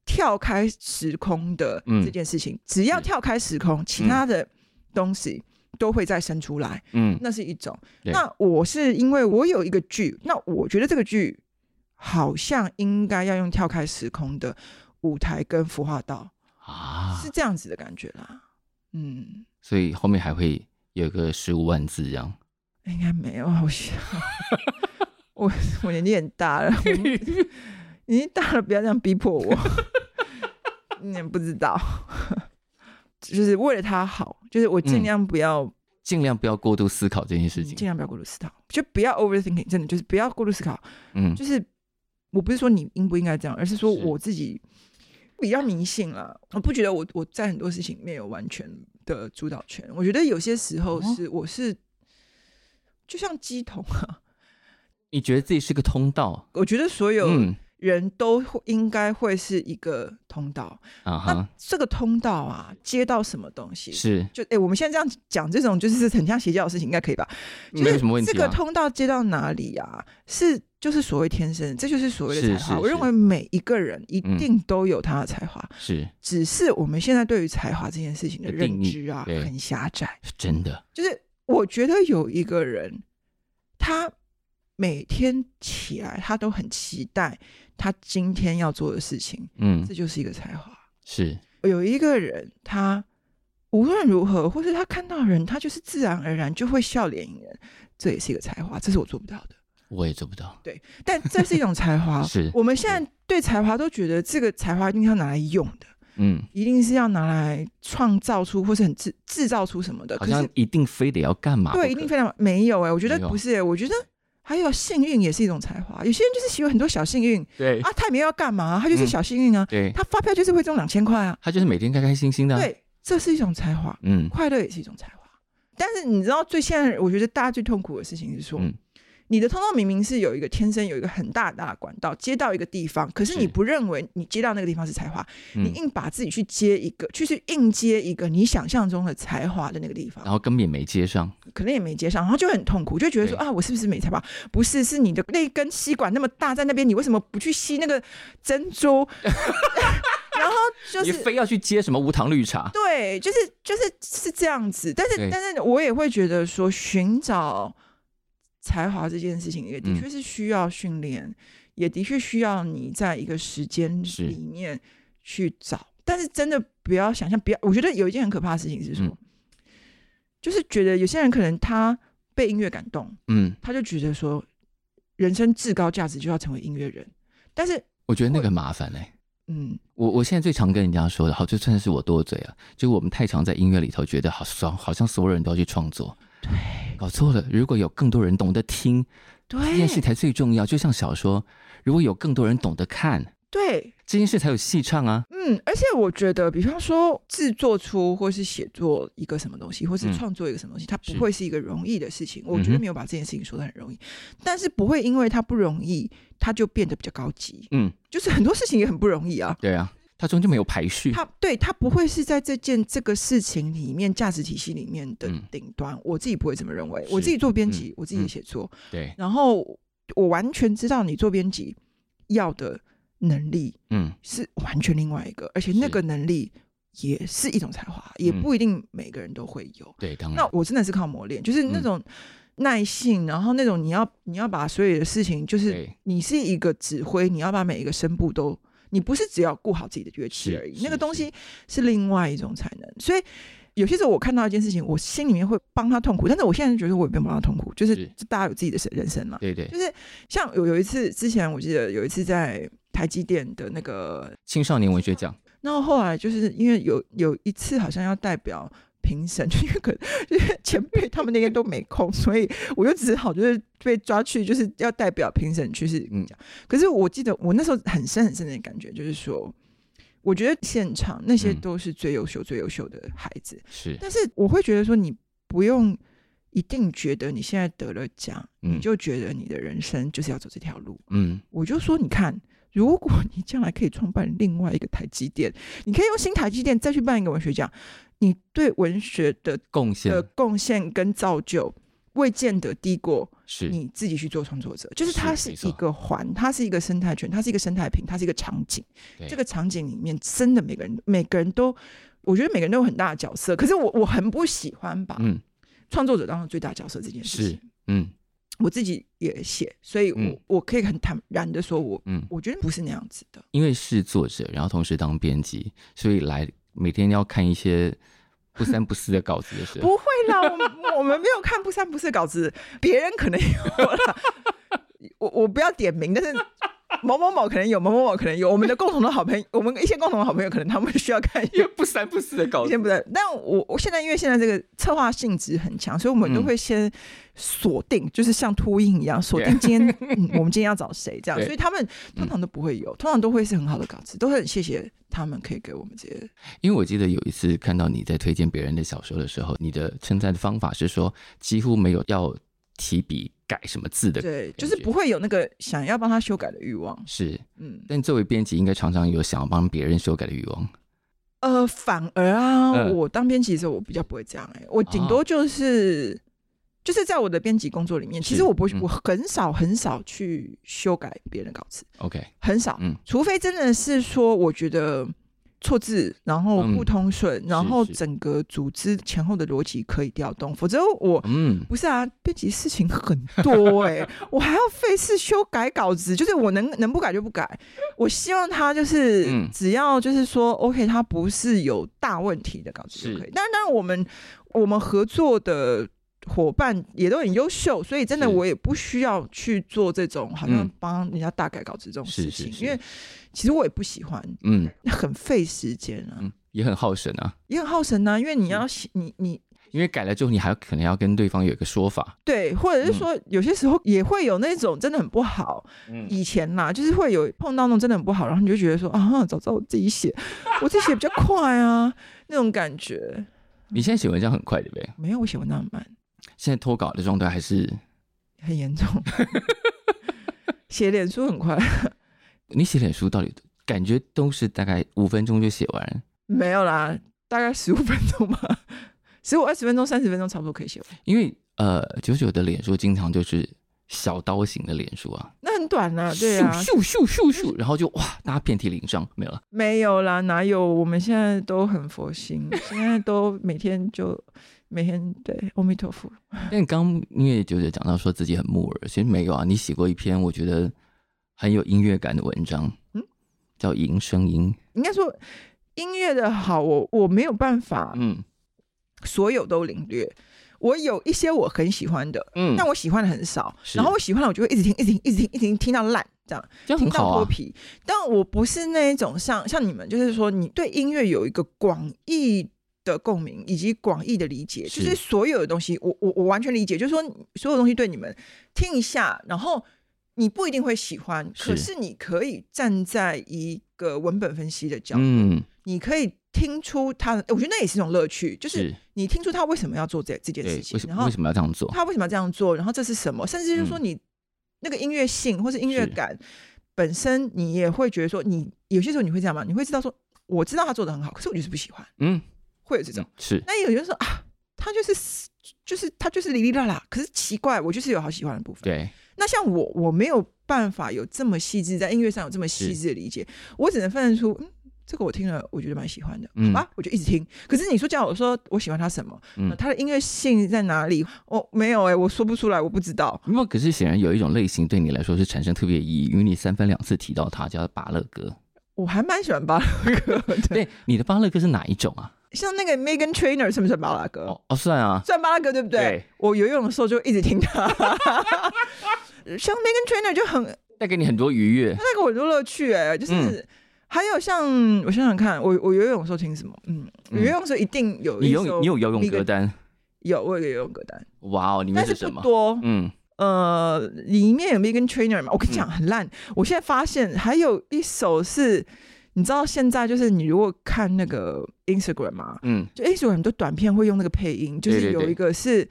B: 跳开时空的
A: 嗯
B: 这件事情，只要
A: 是
B: 跳开时空，其他的东西都会再生出来。
A: 嗯
B: 那是一种。
A: 对
B: 那我是因为我有一个剧，那我觉得这个剧好像应该要用跳开时空的舞台跟服化道，
A: 啊
B: 是，这样子的感觉啦。嗯，
A: 所以后面还会有一个十五万字这样。
B: 应该没有，好像我我年纪很大了，
A: *laughs*
B: 我年纪大了，不要这样逼迫我。 *laughs* 你也不知道，就是为了他好，就是我尽
A: 嗯
B: 量不要
A: 尽量不要过度思考这件事
B: 嗯尽、
A: 情。
B: 量不要过度思考，就不要 overthinking，真的就是不要过度思考。
A: 嗯，
B: 就是我不是说你应不应该这样，而是说
A: 是
B: 我自己比较迷信了。我不觉得我我在很多事情里面有完全的主导权。我觉得有些时候
A: 哦
B: 是、我是就像鸡同啊，
A: 你觉得自己是个通道，
B: 我觉得所有
A: 嗯
B: 人都会应该会是一个通道。
A: 啊
B: 那
A: 哈，
B: 这个通道啊，接到什么东西？
A: 是
B: 就哎、我们现在这样讲这种就是很像邪教的事情，应该可以吧？就是
A: 没有什么问题
B: 这个
A: 啊。
B: 通道接到哪里啊？是就是所谓天生，这就是所谓的才
A: 是
B: 华。
A: 是
B: 我认
A: 是嗯
B: 为每一个人一定都有他的才华，
A: 是
B: 只是我们现在对于才华这件事情的
A: 的定
B: 认
A: 义
B: 知啊
A: 对
B: 很狭窄。
A: 是真的，
B: 就是我觉得有一个人，他每天起来，他都很期待他今天要做的事情，
A: 嗯
B: 这，就是一个才华。
A: 是
B: 有一个人，他无论如何，或是他看到人，他就是自然而然就会笑脸迎人，这也是一个才华，这是我做不到的。
A: 我也做不到。。
B: 但这是一种才
A: *laughs*
B: 华
A: 是
B: 我们现在对才华都觉得这个才华一定要拿来用的，
A: 嗯，
B: 一定是要拿来创造出或是很制制造出什么的。
A: 好
B: 呃可
A: 像
B: 是
A: 一定非得要干嘛不可？
B: 对，一定非常没有哎、我觉得
A: 没有
B: 不是哎、我觉得还有幸运也是一种才华。有些人就是喜欢很多小幸运
A: 对
B: 啊，他也没有要干嘛，他就是
A: 嗯
B: 小幸运啊，
A: 对，
B: 他发票就是会中两千块啊。
A: 他就是每天开开心心的啊。
B: 对，这是一种才华。
A: 嗯，
B: 快乐也是一种才华。但是你知道，最现在我觉得大家最痛苦的事情是说，
A: 嗯
B: 你的通道明明是有一个天生有一个很大很大的管道接到一个地方，可是
A: 是
B: 你不认为你接到那个地方是才华，你
A: 嗯，
B: 硬把自己去接一个，去去硬接一个你想象中的才华的那个地
A: 然
B: 方，
A: 后根本也没接上。
B: 可能也没接上，然后就很痛苦，就觉得说
A: 对
B: 啊，我是不是没才华？不是，是你的那根 *laughs* 吸管那么大在那边，你为什么不去吸那个珍珠？然后就
A: 你
B: 是
A: 非要去接什么无糖绿茶，
B: 对，就是就是是这样子，但
A: 对
B: 是但是我也会觉得说，寻找才华这件事情，也的
A: 嗯
B: 确是需要训练，也的确需要你在一个时间
A: 是
B: 里面去找。但是真的不要想象，不要，我觉得有一件很可怕的事情是说，
A: 嗯
B: 就是觉得有些人可能他被音乐感动，
A: 嗯，
B: 他就觉得说，人生至高价值就要成为音乐人，但是
A: 我觉得那个很麻烦嘞、欸
B: 嗯，
A: 我我现在最常跟人家说的，好，就算是我多嘴了，就我们太常在音乐里头觉得好爽，好像所有人都要去创作，对，搞错了。如果有更多人懂得听，这件事
B: 对
A: 才最重要。就像小说，如果有更多人懂得看，
B: 对，
A: 这件事才有戏唱啊。
B: 嗯，而且我觉得，比方说制作出或是写作一个什么东西，或是
A: 嗯
B: 创作一个什么东西，它
A: 是
B: 不会是一个容易的事情。我
A: 嗯
B: 觉得
A: 哼
B: 没有把这件事情说的很容易，但是不会因为它不容易，它就变得比较高级。
A: 嗯，
B: 就是很多事情也很不容易啊。
A: 对啊，它中间没有排序。
B: 它对它不会是在这件这个事情里面价值体系里面的
A: 嗯
B: 顶端，我自己不会这么认为。
A: 是
B: 我自己做编辑，我自
A: 嗯
B: 己也写作，
A: 对，
B: 然后我完全知道你做编辑要的能力，
A: 嗯，
B: 是完全另外一个，而且那
A: 是
B: 个能力也是一种才华，也
A: 嗯
B: 不一定每个人都会有。
A: 对，当
B: 那
A: 然，
B: 我真的是靠磨练，就是那
A: 嗯
B: 种耐性，然后那种你要你要把所有的事情，就是
A: 对，
B: 你是一个指挥，你要把每一个声部都，你不是只要顾好自己的乐器
A: 是
B: 而已，
A: 是
B: 那个东
A: 是
B: 西是另外一种才能。所以有些时候我看到一件事情，我心里面会帮他痛苦，但是我现在觉得我也不用帮他痛苦，就是
A: 是
B: 就大家有自己的人生嘛。
A: 对对
B: 就，是像有有一次之前，我记得有一次在台积电的那个
A: 青少年文学奖，
B: 然后后来就是因为有有一次好像要代表评审， *laughs* 就因为可就是前辈他们那天都没空，所以我就只好就是被抓去，就是要代表评审去是
A: 嗯
B: 讲。可是我记得我那时候很深很深的感觉就是说。我觉得现场那些
A: 嗯
B: 都是最优秀、最优秀的孩子，
A: 是，
B: 但是我会觉得说，你不用一定觉得你现在得了奖，
A: 嗯
B: 你就觉得你的人生就是要走这条路。
A: 嗯，
B: 我就说，你看，如果你将来可以创办另外一个台积电，你可以用新台积电再去办一个文学奖，你对文学的
A: 贡献
B: 的贡献跟造就，未见得低过
A: 是，
B: 你自己去做创作者。就是
A: 是
B: 它
A: 没
B: 是
A: 错
B: 一个环，它是一个生态圈，它是一个生态瓶，它是一个场景。
A: 对
B: 这个场景里面，真的每个人每个人都，我觉得每个人都有很大的角色。可是我我很不喜欢把
A: 嗯
B: 创作者当成最大角色这件事
A: 是
B: 情。
A: 嗯
B: 我自己也写，所以我、
A: 嗯
B: 我可以很坦然的说我
A: 嗯，
B: 我觉得不是那样子的。
A: 因为是作者，然后同时当编辑，所以来每天要看一些不三不四的稿子的时候，
B: 不会啦，我们我们没有看不三不四的稿子，别人可能有啦。我我不要点名，但是某某某可能有，某某某可能有。我们的共同的好朋友，我们一些共同的好朋友，可能他们需要看一些
A: 因为 *laughs* 不三不四的稿子
B: 先不在，但我我现在因为现在这个策划性质很强，所以我们都
A: 嗯
B: 会先锁定，就是像秃鹰一样锁定今
A: *laughs*
B: 天、嗯、我们今天要找谁这样，
A: 对嗯
B: 所以他们通常都不会有，通常都会是很好的稿子，都很谢谢他们可以给我们这些。
A: 因为我记得有一次看到你在推荐别人的小说的时候，你的称赞的方法是说几乎没有要提笔改什么字的，
B: 对，就是不会有那个想要帮他修改的欲望。
A: 是。
B: 嗯，
A: 但作为编辑，应该常常有想要帮别人修改的欲望。
B: 呃，反而啊，
A: 嗯哦
B: 我当编辑的时候，我比较不会这样、欸，我顶多就是、就是在我的编辑工作里面，
A: 是
B: 其实我不、
A: 嗯
B: 我很少很少去修改别人的稿子，
A: OK，
B: 很少，
A: 嗯
B: 除非真的是说我觉得。错字，然后
A: 嗯
B: 不通顺，然
A: 是
B: 后
A: 是
B: 整个组织前后的逻辑可以调动，否则我
A: 嗯，
B: 不是啊，编辑事情很多
A: *laughs*
B: 哎、我还要费事修改稿子，就是我能能不改就不改。我希望他就是、
A: 嗯
B: 只要就是说 OK，他不是有大问题的稿子
A: 是
B: 就可以。但当然我们我们合作的。伙伴也都很优秀，所以真的
A: 是
B: 我也不需要去做这种好像
A: 嗯
B: 帮人家大改稿子这种事
A: 是
B: 情，
A: 是是，
B: 因为其实我也不喜欢，
A: 嗯
B: 很费时间啊，
A: 嗯也很耗神啊，
B: 也很耗神啊，因为你要写你你
A: 因为改了之后，你还有可能要跟对方有一个说法。
B: 对，或者是
A: 嗯
B: 说，有些时候也会有那种真的很不好。
A: 嗯
B: 以前啦，就是会有碰到那种真的很不好，然后你就觉得说啊，早知道我自己写，我自己写比较快啊，那种感觉。
A: 你现在写文章很快，对不对？
B: 没有，我写文章很慢，
A: 现在脱稿的状态还是
B: 很严重。 *laughs* 写脸书很快，
A: 你写脸书到底感觉都是大概五分钟就写完，
B: 没有啦，大概十五分钟吧，十五二十分钟、三十分钟差不多可以写完。
A: 因为呃，九九的脸书经常就是小刀型的脸书啊，
B: 那很很短了，对
A: 咻
B: 啊，
A: 咻咻咻咻，然后就哇，大家遍体鳞伤，没有了。
B: 没有啦，哪有？我们现在都很佛心，现在都每天就每天对阿弥陀佛。
A: 那你刚刚因为九姐讲到说自己很木耳，其实没有啊，你写过一篇我觉得很有音乐感的文章，嗯
B: 嗯，
A: 叫《吟声音》，
B: 应该说音乐的好，我我没有办法
A: 嗯
B: 所有都领略。我有一些我很喜欢的，
A: 嗯，
B: 但我喜欢的很少。
A: 是
B: 然后我喜欢的，我就会一直听，一直听，一直听，一直听，听到烂这样。
A: 这样
B: 听
A: 很
B: 到
A: 好
B: 脱
A: 啊，
B: 皮。但我不是那一种像像你们，就是说你对音乐有一个广义的共鸣以及广义的理解，
A: 是
B: 就是所有的东西，我我我完全理解，就是说所有东西对你们听一下，然后你不一定会喜欢，可
A: 是
B: 是你可以站在一个文本分析的角度，
A: 嗯，
B: 你可以听出他的，我觉得那也是一种乐趣，就是
A: 是，
B: 你听出他为什么要做这这件
A: 对
B: 事，
A: 为
B: 情，
A: 什
B: 然
A: 么
B: 后
A: 为什么嗯要这样做？
B: 他为什么要这样做，然后这是什么，甚至就是说你那个音乐性或是音乐感本身，你也会觉得说你，有些时候你会这样吗？你会知道说，我知道他做的很好，可是我就是不喜欢，
A: 嗯，
B: 会有这种。
A: 是，
B: 那有些人说啊，他就是就是他就是哩哩啦啦，可是奇怪，我就是有好喜欢的部分。
A: 对，
B: 那像我，我没有办法有这么细致，在音乐上有这么细致的理解，我只能分得出，嗯，这个我听了，我觉得蛮喜欢的，
A: 嗯
B: 好吧，我就一直听。可是你说叫我说我喜欢他什么？
A: 嗯
B: 呃他的音乐性在哪里？哦，没有哎、我说不出来，我不知道。
A: 那么可是显然有一种类型对你来说是产生特别意义，因为你三番两次提到它，叫芭乐歌。
B: 我还蛮喜欢巴拉歌的，
A: 对，你的芭乐歌是哪一种啊？
B: 像那个 Megan Trainer 算不算巴拉歌？
A: 哦哦，算啊，
B: 算巴拉歌对不对？
A: 对
B: 我游泳的时候就一直听他。 *laughs* 像 Megan Trainer 就很
A: 带给你很多愉悦。
B: 那个我很多乐趣哎、就是、
A: 嗯
B: 还有像我想想看，我我游泳的时候听什么？嗯，我游泳的时候一定有
A: 你
B: 一
A: 游
B: 首
A: 你有游泳歌单？
B: 有我有游泳歌单，
A: 哇哦，里面
B: 但是
A: 什
B: 不
A: 么？
B: 多。
A: 嗯，
B: 呃，里面有 Megan Trainer 嘛？我跟你讲很烂，我现在发现还有一首是，你知道现在就是你如果看那个 Instagram 嘛，
A: 嗯，
B: 就 Instagram 很多短片会用那个配音，就
A: 对
B: 是
A: 对对
B: 有一个是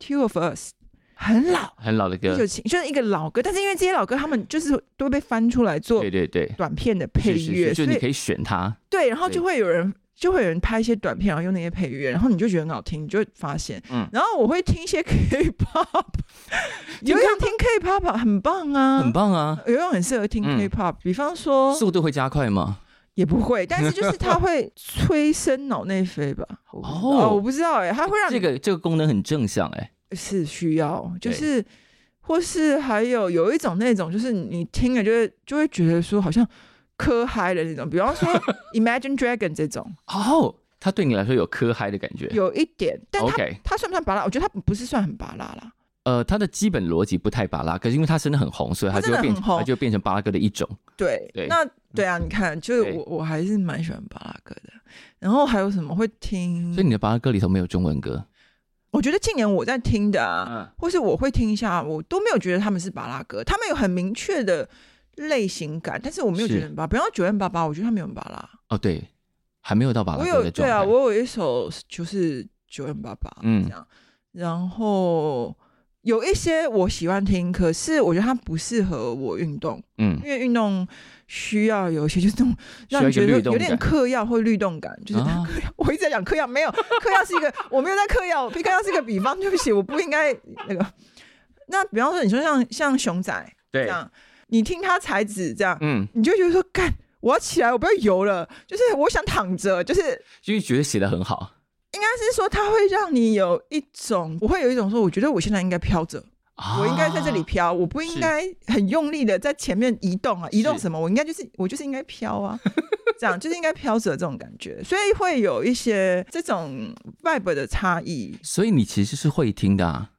B: Two of Us，很老，
A: 很老的
B: 一
A: 歌
B: 九。七就是一个老歌，但是因为这些老歌他们就是都被翻出来做
A: 对对对，
B: 短片的配
A: 是是
B: 乐，
A: 是就是你
B: 所
A: 可以选它。
B: 对，然后
A: 对
B: 就会有人就会有人拍一些短片，然后用那些配乐，然后你就觉得很好听，你就会发现，
A: 嗯
B: 然后我会听一
A: *laughs*
B: 些 *laughs* K-pop，
A: 听
B: 有氧听 K-pop 很棒啊，哦
A: 很。棒啊！
B: 游泳很适合听
A: 嗯
B: K-pop，、比方说
A: 速度会加快吗？
B: 也不会，但是就
A: *laughs*
B: 是它会催生脑内啡吧？我不知道
A: 哦
B: 我不知道哎、它会让你
A: 这个这个功能很正向哎、
B: 是需要，就
A: 对
B: 是或是还有有一种那种，就是你听了就会就会觉得说好像磕嗨的那种，比方
A: *laughs*
B: 说 Imagine Dragon 这种，
A: 哦，它对你来说有磕嗨的感觉。
B: 有一点，但它
A: OK，
B: 它算不算拔拉？我觉得它不是算很拔拉啦。
A: 呃，它的基本逻辑不太巴拉，可是因为它真的很红，所以它
B: 它
A: 就
B: 真的
A: 变
B: 很红
A: 它就变成巴拉歌的一种。
B: 对，
A: 对嗯
B: 那对啊，你看，就是
A: 对
B: 我我还是蛮喜欢巴拉歌的。然后还有什么会听
A: 所以？你的巴拉歌里头没有中文歌。
B: 我觉得近年我在听的啊，
A: 嗯，
B: 或是我会听一下，我都没有觉得他们是巴拉歌，他们有很明确的类型感，但是我没有觉得
A: 是
B: 很巴拉。比方九零八八，我觉得他没有很巴拉。
A: 哦对，还没有到巴拉
B: 我
A: 歌
B: 有
A: 的
B: 对
A: 状态。
B: 啊，我有一首就是九零八八，
A: 嗯
B: 嗯，这样。然后有一些我喜欢听，可是我觉得它不适合我运动，
A: 嗯
B: 因为运动需要有一些就是那种让你
A: 需要
B: 觉
A: 一个律
B: 得
A: 动
B: 有点
A: 感
B: 嗑药或律动感，就是
A: 啊，
B: *laughs* 我一直在讲嗑药，没有嗑药是一个，我没有在嗑药，嗑药是一个比方，对不起，我不应该那个。那比方说，你说像像熊仔这
A: 对，
B: 样，你听他才子这样，
A: 嗯，
B: 你就觉得说，干，我要起来，我不要游了，就是我想躺着，就是
A: 就
B: 应
A: 是觉得写的很好
B: 该是说，他会让你有一种，我会有一种说，我觉得我现在应该飘着，
A: 啊。
B: 我应该在这里飘，我不应该很用力的在前面移动啊，移动
A: 是
B: 什么？我应该就是我就是应该飘啊，这样就是应该飘着这种感觉，所以会有一些这种 vibe 的差异。
A: 所以你其实是会听的、啊，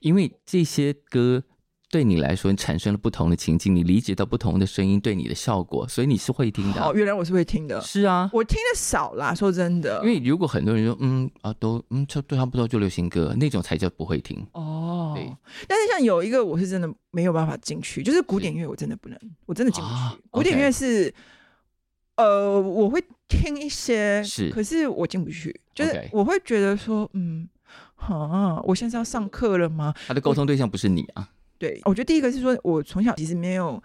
A: 因为这些歌对你来说产生了不同的情境，你理解到不同的声音对你的效果，所以你是会听的啊、
B: 哦，原来我是会听的，
A: 是啊，
B: 我听的少啦，说真的，
A: 因为如果很多人说嗯啊都嗯差对差不多就流行歌那种才叫不会听。
B: 哦
A: 对，
B: 但是像有一个我是真的没有办法进去，就是古典乐我真的不能，我真的进不去。
A: 啊
B: 古典乐是，呃，我会听一些，
A: 是
B: 可是我进不去，就
A: OK
B: 是我会觉得说，嗯，啊，我现在是要上课了吗？
A: 他的沟通对象不是你啊，
B: 对，我觉得第一个是说我从小其实没有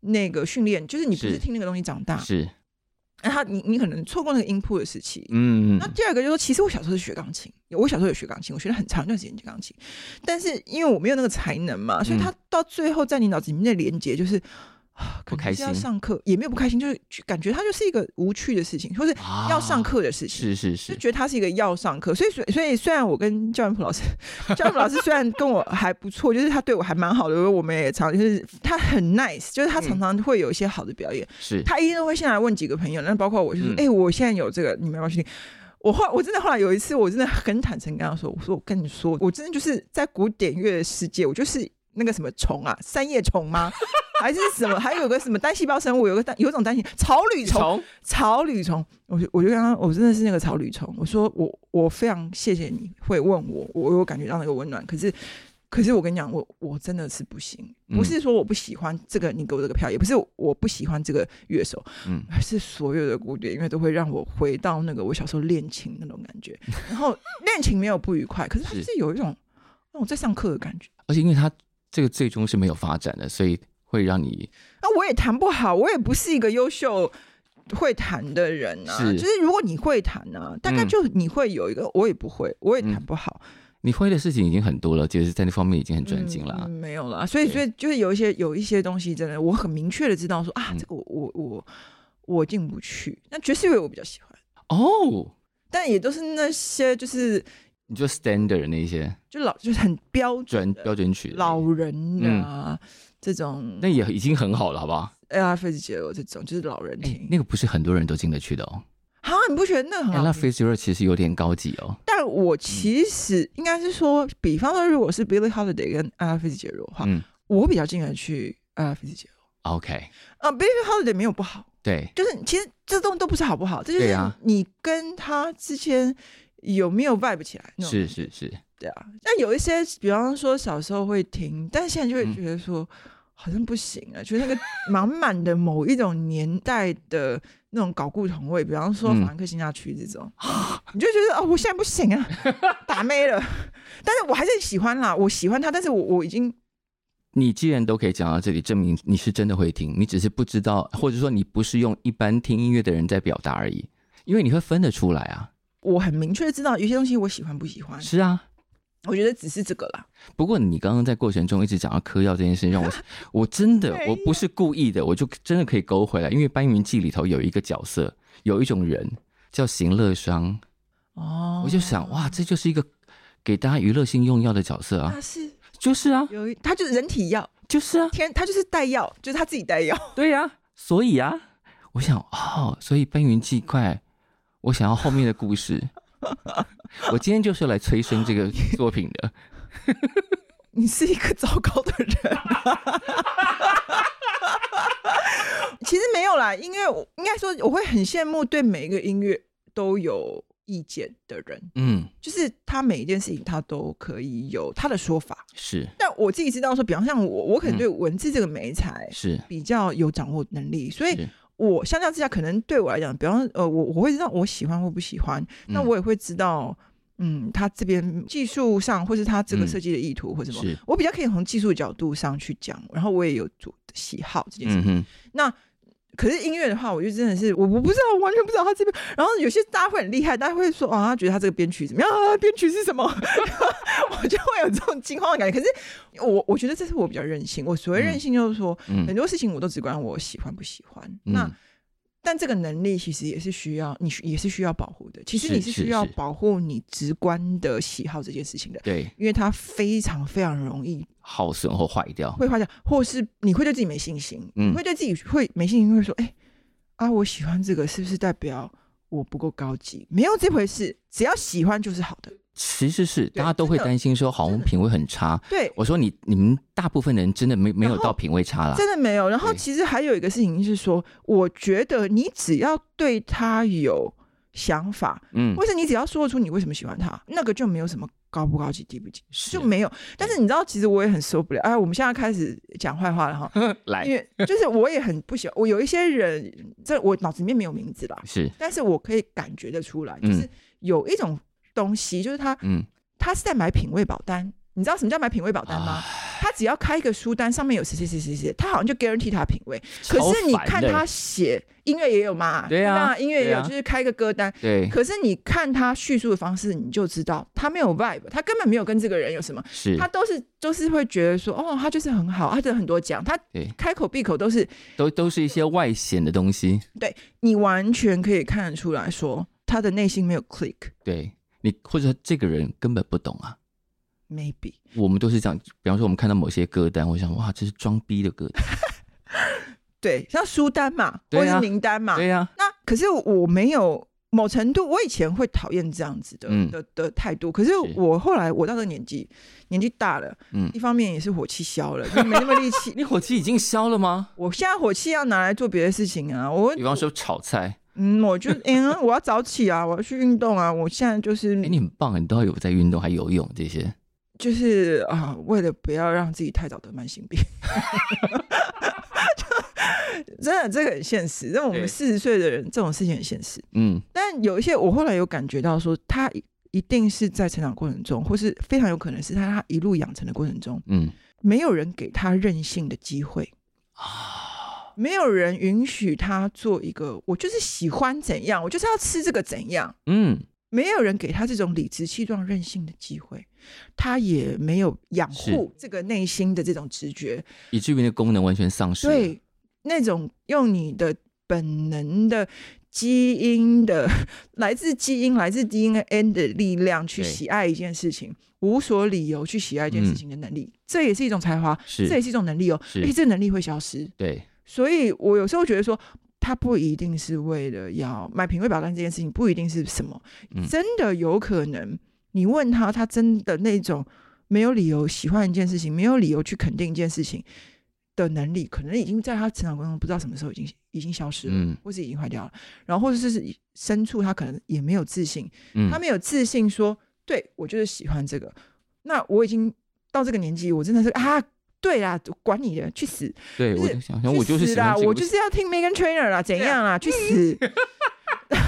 B: 那个训练，就是你不啊
A: 是
B: 是听那个东西长大，
A: 是
B: 那他你你可能错过那个 input 的时期。
A: 嗯
B: 那，第二个就是说，其实我小时候是学钢琴，我小时候有学钢琴，我学了很长一段时间钢琴，但是因为我没有那个才能嘛，所以他到最后在你脑子里面的连接就是。啊，
A: 嗯不
B: 可能
A: 开
B: 是要
A: 心
B: 上课也没有不开心，就是感觉它就是一个无趣的事情，或是要上课的事情。
A: 啊是是，
B: 就是觉得他是一个要上课，所以所以所以虽然我跟教练普老师，教练普老师虽然跟我还不错，就是他对我还蛮好的，因为我们也常就是他很 nice，就是
A: 嗯
B: 他常常会有一些好的表演，
A: 是
B: 他一定会先来问几个朋友，那包括我，就说
A: 嗯
B: 哎、诶我现在有这个，你们要不要去听？我后我真的后来有一次，我真的很坦诚跟他说，我说我跟你说，我真的就是在古典乐世界，我就是那个什么虫啊，三叶虫吗？还是什么？还有个什么单细胞生物，有个单有一种单细草履虫，
A: 从
B: 草履虫，我就我就跟他，我真的是那个草履虫。我说我我非常谢谢你会问我，我有感觉到那个温暖。可是可是我跟你讲，我我真的是不行，
A: 嗯
B: 不是说我不喜欢这个你给我这个票，也不是我不喜欢这个乐手，
A: 嗯
B: 而是所有的古典音乐都会让我回到那个我小时候练琴那种感觉。然后练琴没有不愉快，可是它
A: 是
B: 就是有一种那种在上课的感觉。
A: 而且因为它这个最终是没有发展的，所以会让你
B: 那啊我也弹不好，我也不是一个优秀会弹的人啊。
A: 是
B: 就是如果你会弹啊，大概
A: 嗯
B: 就你会有一个，我也不会，我也弹不好，
A: 你会的事情已经很多了，就是在那方面已经很专精了
B: 嗯
A: 啊。
B: 没有啦。所以，
A: 对
B: 所以就是有一些有一些东西，真的我很明确的知道说啊，
A: 嗯
B: 这个我我我我进不去。那爵士乐我比较喜欢，
A: 哦，
B: 但也都是那些就是
A: 你就 standard 那些
B: 就老就是很标准
A: 专
B: 的
A: 标准曲，
B: 老人啊。这种
A: 那也已经很好了，好不好？
B: Ella Fitzgerald 这种就是老人
A: 哎、
B: 听，
A: 那个不是很多人都进得去的哦。
B: 啊，你不觉得那个很好
A: Ella
B: 听
A: Fitzgerald 其实有点高级哦。
B: 但我其实应该是说，比方说，如果是 Billie Holiday 跟 Ella Fitzgerald 的话，
A: 嗯
B: 我比较进得去 Ella Fitzgerald。
A: ，OK，
B: 呃，Billie Holiday 没有不好，
A: 对，
B: 就是其实这东西都不是好不好，这就
A: 对
B: 是
A: 啊
B: 你跟他之间有没有 vibe 起来。那种
A: 是
B: 感觉，
A: 是是，
B: 对啊。但有一些，比方说小时候会听，但现在就会
A: 嗯
B: 觉得说。好像不行了，就是那个满满的某一种年代的那种搞固同味，比方说
A: 嗯
B: 法兰克辛纳曲这种，你就觉得哦，我现在不行啊，
A: *laughs*
B: 打妹了。但是我还是喜欢啦，我喜欢他，但是我我已经
A: 你既然都可以讲到这里，证明你是真的会听，你只是不知道，或者说你不是用一般听音乐的人在表达而已，因为你会分得出来啊。
B: 我很明确的知道有些东西我喜欢不喜欢，
A: 是啊，
B: 我觉得只是这个啦。
A: 不过你刚刚在过程中一直讲到嗑药这件事，让
B: *laughs*
A: 我我真的
B: 没有
A: 我不是故意的，我就真的可以勾回来，因为《搬云记》里头有一个角色，有一种人叫行乐商，
B: 哦
A: 我就想哇，这就是一个给大家娱乐性用药的角色啊
B: 他，哦是
A: 就是啊，
B: 有一，他就是人体药，
A: 就是啊，
B: 天，他就是带药，就是他自己带药。
A: 对呀、所以啊，我想哦，所以《搬云记》快，我想要后面的故
B: *laughs*
A: 事。我今天就是来催生这个作品的，
B: 你是一个糟糕的人、 *laughs* 其实没有啦，因为我应该说我会很羡慕对每一个音乐都有意见的人，
A: 嗯，
B: 就是他每一件事情他都可以有他的说法。
A: 是
B: 但我自己知道说，比方像我，
A: 嗯
B: 我可能对文字这个美才
A: 是，
B: 比较有掌握能力，所以
A: 是
B: 我相较之下，可能对我来讲，比方呃，我我会知道我喜欢或不喜欢，那
A: 嗯
B: 我也会知道，嗯，他这边技术上，或是他这个
A: 嗯
B: 设计的意图或什么，
A: 是
B: 我比较可以从技术角度上去讲，然后我也有主喜好这件事。
A: 嗯哼，
B: 那可是音乐的话，我就真的是我我不知道，我完全不知道他这边。然后有些大家会很厉害，大家会说啊，他觉得他这个编曲怎么样啊？编曲是什么？ *laughs* 我就会有这种惊慌的感觉。可是我我觉得这是我比较任性。我所谓任性就是说，很
A: 嗯
B: 多事情我都只管我喜欢不喜欢。那
A: 嗯，
B: 但这个能力其实也是需要你需也是需要保护的。其实
A: 是
B: 你是
A: 是
B: 需要
A: 是
B: 保护你直观的喜好这件事情的，
A: 对，
B: 因为它非常非常容易
A: 耗损或坏掉，
B: 会坏掉，或是你会对自己没信心，
A: 嗯
B: 你会对自己会没信心，会说，哎、啊，我喜欢这个是不是代表我不够高级？没有这回事，只要喜欢就是好的。
A: 其实是大家都
B: 真
A: 会
B: 的
A: 担心说，好像
B: 真的
A: 品味很差。
B: 对，
A: 我说你你们大部分人真的没没有
B: 然后
A: 到品味差啦，
B: 真的没有。然后
A: 对
B: 其实还有一个事情是说，我觉得你只要对他有想法，
A: 嗯，
B: 或是你只要说得出你为什么喜欢他，那个就没有什么高不高级、低不低，
A: 是
B: 就没有。但是你知道，其实我也很受不了。哎，我们现在开始讲坏话了哈，因
A: 来
B: 为就是我也很不喜欢，我有一些人，这我脑子里面没有名字啦，
A: 是，
B: 但是我可以感觉得出来，就
A: 嗯
B: 是有一种东西，就是他
A: 嗯
B: 他是在买品味保单。你知道什么叫买品味保单吗？
A: 啊
B: 他只要开一个书单，上面有谁谁谁谁谁，他好像就 guarantee 他品味。可是你
A: 超烦
B: 看
A: 的
B: 他写音乐也有嘛，
A: 对啊
B: 那音乐也
A: 对
B: 有，
A: 啊
B: 就是开一个歌单。
A: 对
B: 可是你看他叙述的方式，你就知道他没有 vibe，他根本没有跟这个人有什么，
A: 是
B: 他都是都是会觉得说，哦，他就是很好，他得很多奖，他
A: 对
B: 开口闭口都是
A: 都都是一些外显的东西。
B: 你完全可以看得出来说他的内心没有 click。
A: 对你或者这个人根本不懂啊。
B: Maybe
A: 我们都是讲，比方说我们看到某些歌单，我想哇，这是装逼的歌单。
B: 对，像书单嘛，
A: 对啊
B: 或者是名单嘛，
A: 对呀、
B: 那可是我没有某程度，我以前会讨厌这样子的、
A: 嗯
B: 的的态度。可是我后来我到这个年纪，年纪大了，
A: 嗯
B: 一，方面也是火气消了，就没那么力气。 *laughs*
A: 你火气已经消了吗？
B: 我现在火气要拿来做别的事情啊！我
A: 比方说炒菜，
B: 嗯，我就嗯，我要早起啊，我要去运动啊！我现在就是、
A: 哎、你很棒，你都要有在运动，还游泳这些。
B: 就是啊，为了不要让自己太早得慢性病， *laughs* 真的这个很现实。那我
A: 对
B: 们四十岁的人，这种事情很现实。
A: 嗯，
B: 但有一些我后来有感觉到说，他一一定是在成长过程中，或是非常有可能是在他一路养成的过程中，
A: 嗯
B: 没有人给他任性的机会，
A: 啊，
B: 没有人允许他做一个我就是喜欢怎样，我就是要吃这个怎样，
A: 嗯，
B: 没有人给他这种理直气壮任性的机会，他也没有养护这个内心的这种直觉，
A: 以至于那个功能完全丧失。，
B: 对那种用你的本能的基因的 *laughs* 来自基因、来自 DNA 的力量去
A: 对嗯
B: 喜爱一件事情，无所理由去喜爱一件事情的能力，这也是一种才华，这也
A: 是，
B: 是一种能力哦。
A: 是
B: 而且这能力会消失，
A: 对，
B: 所以我有时候觉得说。他不一定是为了要买品味表单这件事情，不一定是什么，
A: 嗯
B: 真的有可能。你问他，他真的那种没有理由喜欢一件事情，没有理由去肯定一件事情的能力，可能已经在他成长过程中不知道什么时候已经已经消失了，
A: 嗯
B: 或是已经坏掉了。然后或者是深处他可能也没有自信，
A: 嗯
B: 他，没有自信说，对我就是喜欢这个。那我已经到这个年纪，我真的是啊，对啦，管你的，去死！
A: 对
B: 就
A: 我
B: 是
A: 就想想，我就是
B: 去死
A: 喜
B: 啦，
A: 欢这个，
B: 我就是要听 Megan Trainer 啦，怎样啦，去死！ *laughs* 然后，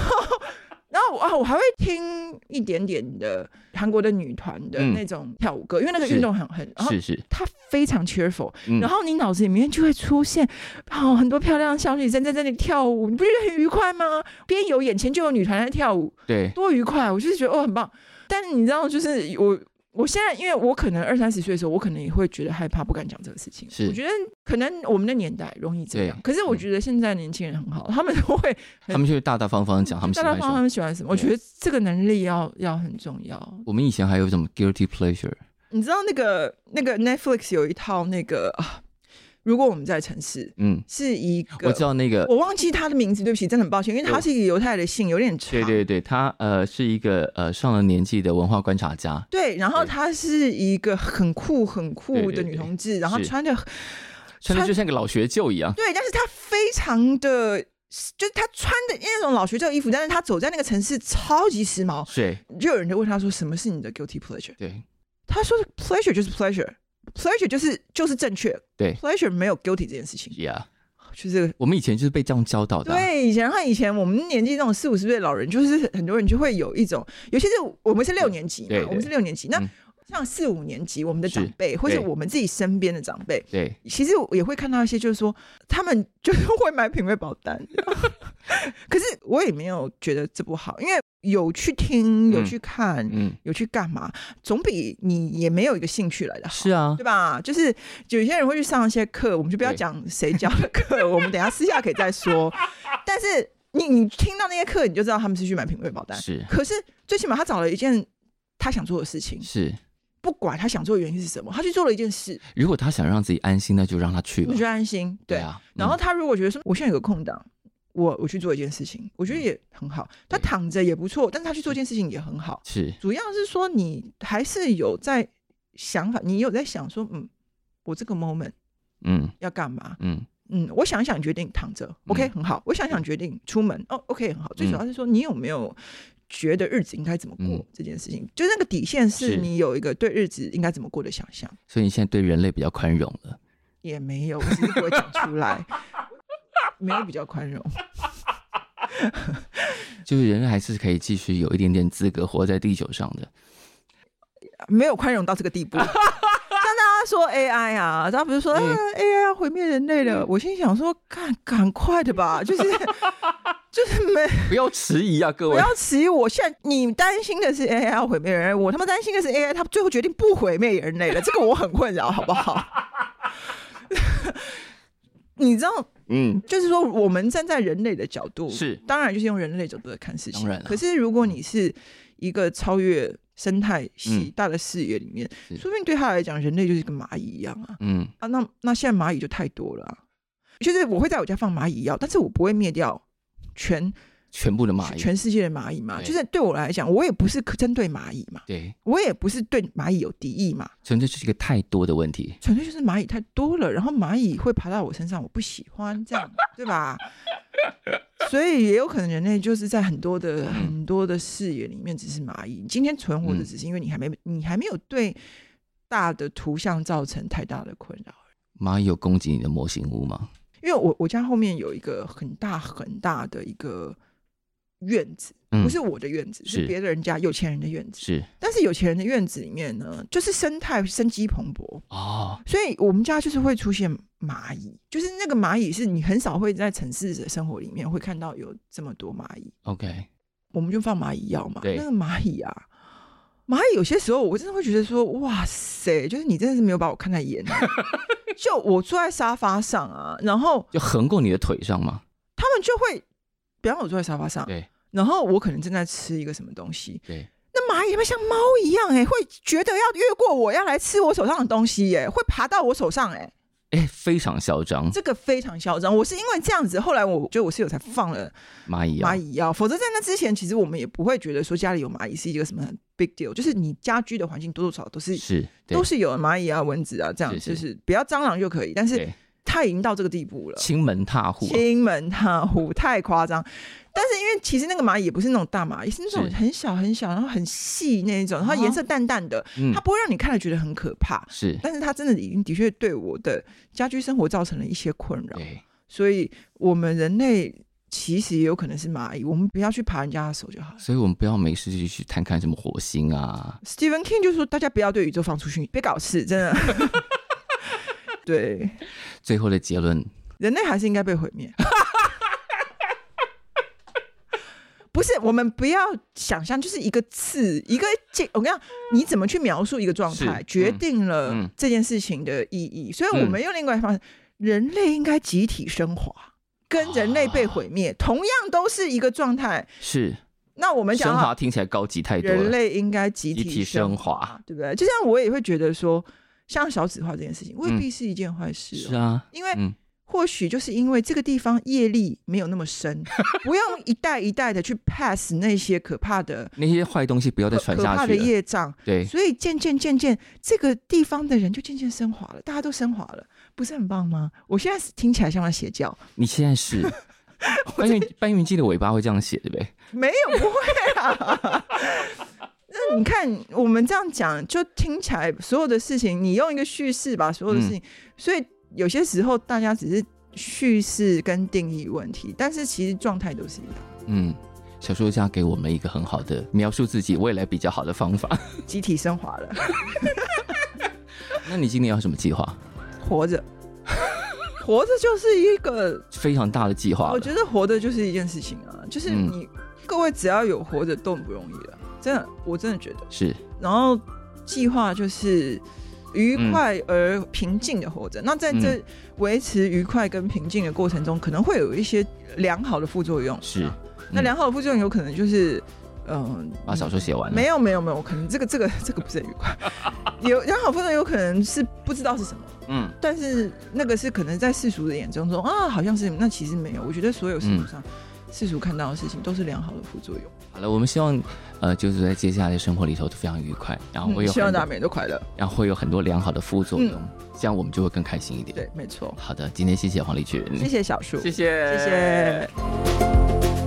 B: 然后我啊，我还会听一点点的韩国的女团的
A: 嗯
B: 那种跳舞歌，因为那个
A: 是
B: 运动很很，然后
A: 是是，
B: 它非常 cheerful，、
A: 嗯
B: 然后你脑子里面就会出现哦很多漂亮的小女生在这里跳舞，你不觉得很愉快吗？边有眼前就有女团在跳舞，
A: 对，
B: 多愉快！我就是觉得哦很棒。但是你知道，就是我我现在，因为我可能二三十岁的时候，我可能也会觉得害怕，不敢讲这个事情。
A: 是
B: 我觉得可能我们的年代容易这样
A: 对，嗯
B: 可是我觉得现在年轻人很好，他们都会
A: 他们就是大大方方讲他们喜
B: 大
A: 欢
B: 大
A: 什
B: 方方他
A: 么。
B: 们喜欢什么。我觉得这个能力要要很重要。
A: 我们以前还有什么 guilty pleasure？
B: 你知道那个那个 Netflix 有一套那个啊，如果我们在城市
A: 嗯，
B: 是一个
A: 我知道那个，
B: 我忘记他的名字，对不起，真的很抱歉，因为他
A: 我
B: 是一个犹太的姓，有点长。
A: 对对对，他呃是一个呃上了年纪的文化观察家，
B: 对，然后
A: 对
B: 她是一个很酷很酷
A: 对
B: 的
A: 对
B: 女
A: 对
B: 同志，然后
A: 是
B: 穿的
A: 穿的
B: 穿
A: 就像个老学究一样。
B: 对，但是她非常的，就是她穿的那种老学究衣服，但是她走在那个城市超级时髦。
A: 是，
B: 就有人就问她说：“什么是你的 guilty pleasure？”
A: 对
B: 她说：“pleasure 就是 pleasure，pleasure 就是就是正确，
A: 对
B: ，pleasure 没有 guilty 这件事情，
A: ，Yeah，
B: 就是这个。”
A: 我们以前就是被这样教导的啊、
B: 对，以前和以前我们年纪这种四五十岁的老人，就是很多人就会有一种，尤其是我们是六年级嘛，
A: 对对
B: 我们是六年级，那
A: 嗯
B: 像四五年级我们的
A: 是
B: 长辈，或是
A: 对
B: 我们自己身边的长辈，
A: 对
B: 其实我也会看到一些，就是说他们 *laughs* 就是会买品味保单， *laughs* 可是我也没有觉得这不好，因为有去听，有去看，
A: 嗯，
B: 有去干嘛，总比你也没有一个兴趣来的好。
A: 是啊，
B: 对吧？就是有些人会去上一些课，我们就不要
A: 对
B: 讲谁教的课，我们等一下私下可以再说。 *laughs* 但是你你听到那些课，你就知道他们是去买品味保单。
A: 是
B: 可是最起码他找了一件他想做的事情，
A: 是。
B: 不管他想做的原因是什么，他去做了一件事，
A: 如果他想让自己安心，那就让他去吧
B: 你。就安心。对。
A: 啊，
B: 然后
A: 嗯
B: 他如果觉得说，我现在有个空档，我我去做一件事情，我觉得也很好。他
A: 嗯对嗯
B: 躺着也不错，但是他去做一件事情也很好。
A: 是
B: 主要是说你还是有在想法，你有在想说，嗯，我这个 moment
A: 嗯
B: 要干嘛？
A: 嗯
B: 嗯，我想一想决定躺着，OK、很好。我想一想决定出门，哦，OK 很好。最主要是说你有没有觉得日子应该怎么过、
A: 嗯
B: 这件事情，就那个底线是
A: 是
B: 你有一个对日子应该怎么过的想象，
A: 所以你现在对人类比较宽容了。
B: 也没有，我只是不会讲出
A: *laughs*
B: 来，没有比较宽容。
A: 就是人类还是可以继续有一点点资格活在地球上的。 *laughs*
B: 没有宽容到这个地步。像大家家说 AI 啊，他不是说、
A: 嗯
B: 啊 AI 要毁灭人类了，我心想说，赶赶快
A: *laughs*
B: 的吧，就是就是没
A: 不要迟疑啊，各
B: 不
A: 位。
B: 要起我。现在你担心的是 AI 要毁灭人类，我他妈担心的是 AI 他最后决定不毁灭人类了，这个我很困扰，好不好？ *laughs* 你知道，
A: 嗯，
B: 就是说，我们站在人类的角度，
A: 是
B: 当然就是用人类的角度来看事情。
A: 当然啊
B: 可是如果你是一个超越生态系
A: 嗯
B: 大的视野里面，
A: 是
B: 说不定对他来讲，人类就是跟蚂蚁一样啊
A: 嗯，
B: 啊！那那现在蚂蚁就太多了啊、就是我会在我家放蚂蚁药，但是我不会灭掉全
A: 全部的蚂蚁，
B: 全世界的蚂蚁嘛。
A: 对
B: 就是对我来讲，我也不是针对蚂蚁嘛，
A: 对，
B: 我也不是对蚂蚁有敌意嘛，
A: 纯粹是一个太多的问题。
B: 纯粹就是蚂蚁太多了，然后蚂蚁会爬到我身上，我不喜欢这样，对吧？ *laughs* 所以也有可能人类就是在很多的、
A: 嗯
B: 很多的视野里面只是蚂蚁。今天存活的
A: 嗯
B: 只是因为你还没、你还没有对大的图像造成太大的困扰。
A: 蚂蚁有攻击你的模型屋吗？
B: 因为我我家后面有一个很大很大的一个院子，
A: 嗯
B: 不是我的院子，是
A: 是
B: 别的人家有钱人的院子。
A: 是
B: 但是有钱人的院子里面呢，就是生态生机蓬勃，
A: 哦，
B: 所以我们家就是会出现蚂蚁，就是那个蚂蚁是你很少会在城市的生活里面会看到有这么多蚂蚁。
A: OK，
B: 我们就放蚂蚁药嘛，
A: 对
B: 那个蚂蚁啊，蚂蚁有些时候我真的会觉得说，哇塞，就是你真的是没有把我看
A: *laughs*
B: 在眼里。就我坐在沙发上啊，然后
A: 就横过你的腿上吗？
B: 他们就会，比方我坐在沙发上，
A: 对
B: 然后我可能正在吃一个什么东西，
A: 对，
B: 那蚂蚁会像猫一样、哎，会觉得要越过我，要来吃我手上的东西、哎，会爬到我手上、哎，
A: 哎，非常嚣张，
B: 这个非常嚣张。我是因为这样子，后来我觉得我室友才放了
A: 蚂蚁啊
B: 蚂，蚁药，否则在那之前，其实我们也不会觉得说家里有蚂蚁是一个什么很 big deal，就是你家居的环境多多少少都是
A: 是，对
B: 都是有蚂蚁啊、蚊子啊这样，
A: 是是
B: 就是不要蟑螂就可以，但是
A: 对，
B: 它已经到这个地步了。
A: 亲门踏户啊，
B: 亲门踏户，太夸张。但是因为其实那个蚂蚁也不是那种大蚂蚁，是那种
A: 是啊
B: 很小很小，然后很细那一种，然后颜色淡淡的，
A: 嗯
B: 它，不会让你看了觉得很可怕。
A: 是，
B: 但是它真的已经的确对我的家居生活造成了一些困扰，
A: 对，
B: 所以我们人类其实也有可能是蚂蚁，我们不要去爬人家的手就好了。
A: 所以我们不要没事就去探看什么火星啊，
B: Stephen King 就说：“大家不要对宇宙放出讯息，别搞事，真的。” *laughs* 对，
A: 最后的结论，
B: 人类还是应该被毁灭。不是，我们不要想象，就是一个刺，一个这。我跟你讲，你怎么去描述一个状态，
A: 是
B: 决
A: 嗯
B: 定了
A: 嗯
B: 这件事情的意义。所以，我们用另外一方式，人类应该集体升华，跟人类被毁灭、同样都是一个状态。
A: 是
B: 那我们讲
A: 升
B: 到
A: 华听起来高级太多
B: 人
A: 了，
B: 类应该集
A: 集
B: 体
A: 体
B: 升
A: 升
B: 华，
A: 华，
B: 对不对？就像我也会觉得说，像少子化这件事情未
A: 嗯
B: 必是一件坏事、哦
A: 是啊，
B: 因为
A: 嗯，
B: 或许就是因为这个地方业力没有那么深，不用一代一代的去 pass 那些可怕的、
A: 那些坏东西不要再
B: 可
A: 传
B: 可怕
A: 下
B: 的
A: 去了，
B: 业障，
A: 对，
B: 所以渐渐渐渐，这个地方的人就渐渐升华了，大家都升华了，不是很棒吗？我现在是听起来像在邪教，
A: 你现在
B: *laughs*
A: 是搬运搬运机的尾巴会这样写，对不对？
B: 没有不会啊。那你看，我们这样讲，就听起来所有的事情，你用一个叙事把所有的事情，所以有些时候大家只是叙事跟定义问题，但是其实状态都是一样。
A: 嗯，小说家给我们一个很好的描述自己未来比较好的方法。 *laughs*
B: 集体升华了，
A: 那你今年有什么计划？
B: 活着，活着就是一
A: *laughs*
B: 个，
A: 非常大的计划了。
B: 我觉得活着就是一件事情啊，就是
A: 嗯
B: 你、各位只要有活着都很不容易了，真的，我真的觉得。
A: 是
B: 然后计划就是愉快
A: 嗯
B: 而平静的活着，那在这维持愉快跟平静的过程中，可能会有一些良好的副作用。
A: 是，
B: 啊那
A: 嗯
B: 良好的副作用有可能就是，嗯、
A: 把小说写完了。
B: 没有没有没有，可能这个这个这个不是很
A: *laughs*
B: 愉快。有良好副作用有可能是不知道是什么，
A: 嗯，
B: 但是那个是可能在世俗的眼中中啊，好像是那其实没有。我觉得所有事情上、
A: 嗯
B: 世俗看到的事情都是良好的副作用。
A: 好了，我们希望，呃，就是在接下来的生活里头都非常愉快，然后会
B: 嗯
A: 啊有
B: 希
A: 很
B: 望大
A: 多
B: 家，嗯每人都快乐。
A: 然后会有很多良好的副作用，这样我们就会更开心一点。
B: 对，没错。
A: 嗯好的，今天谢谢黄丽群，
B: 谢谢小树，
A: 谢谢，
B: 谢谢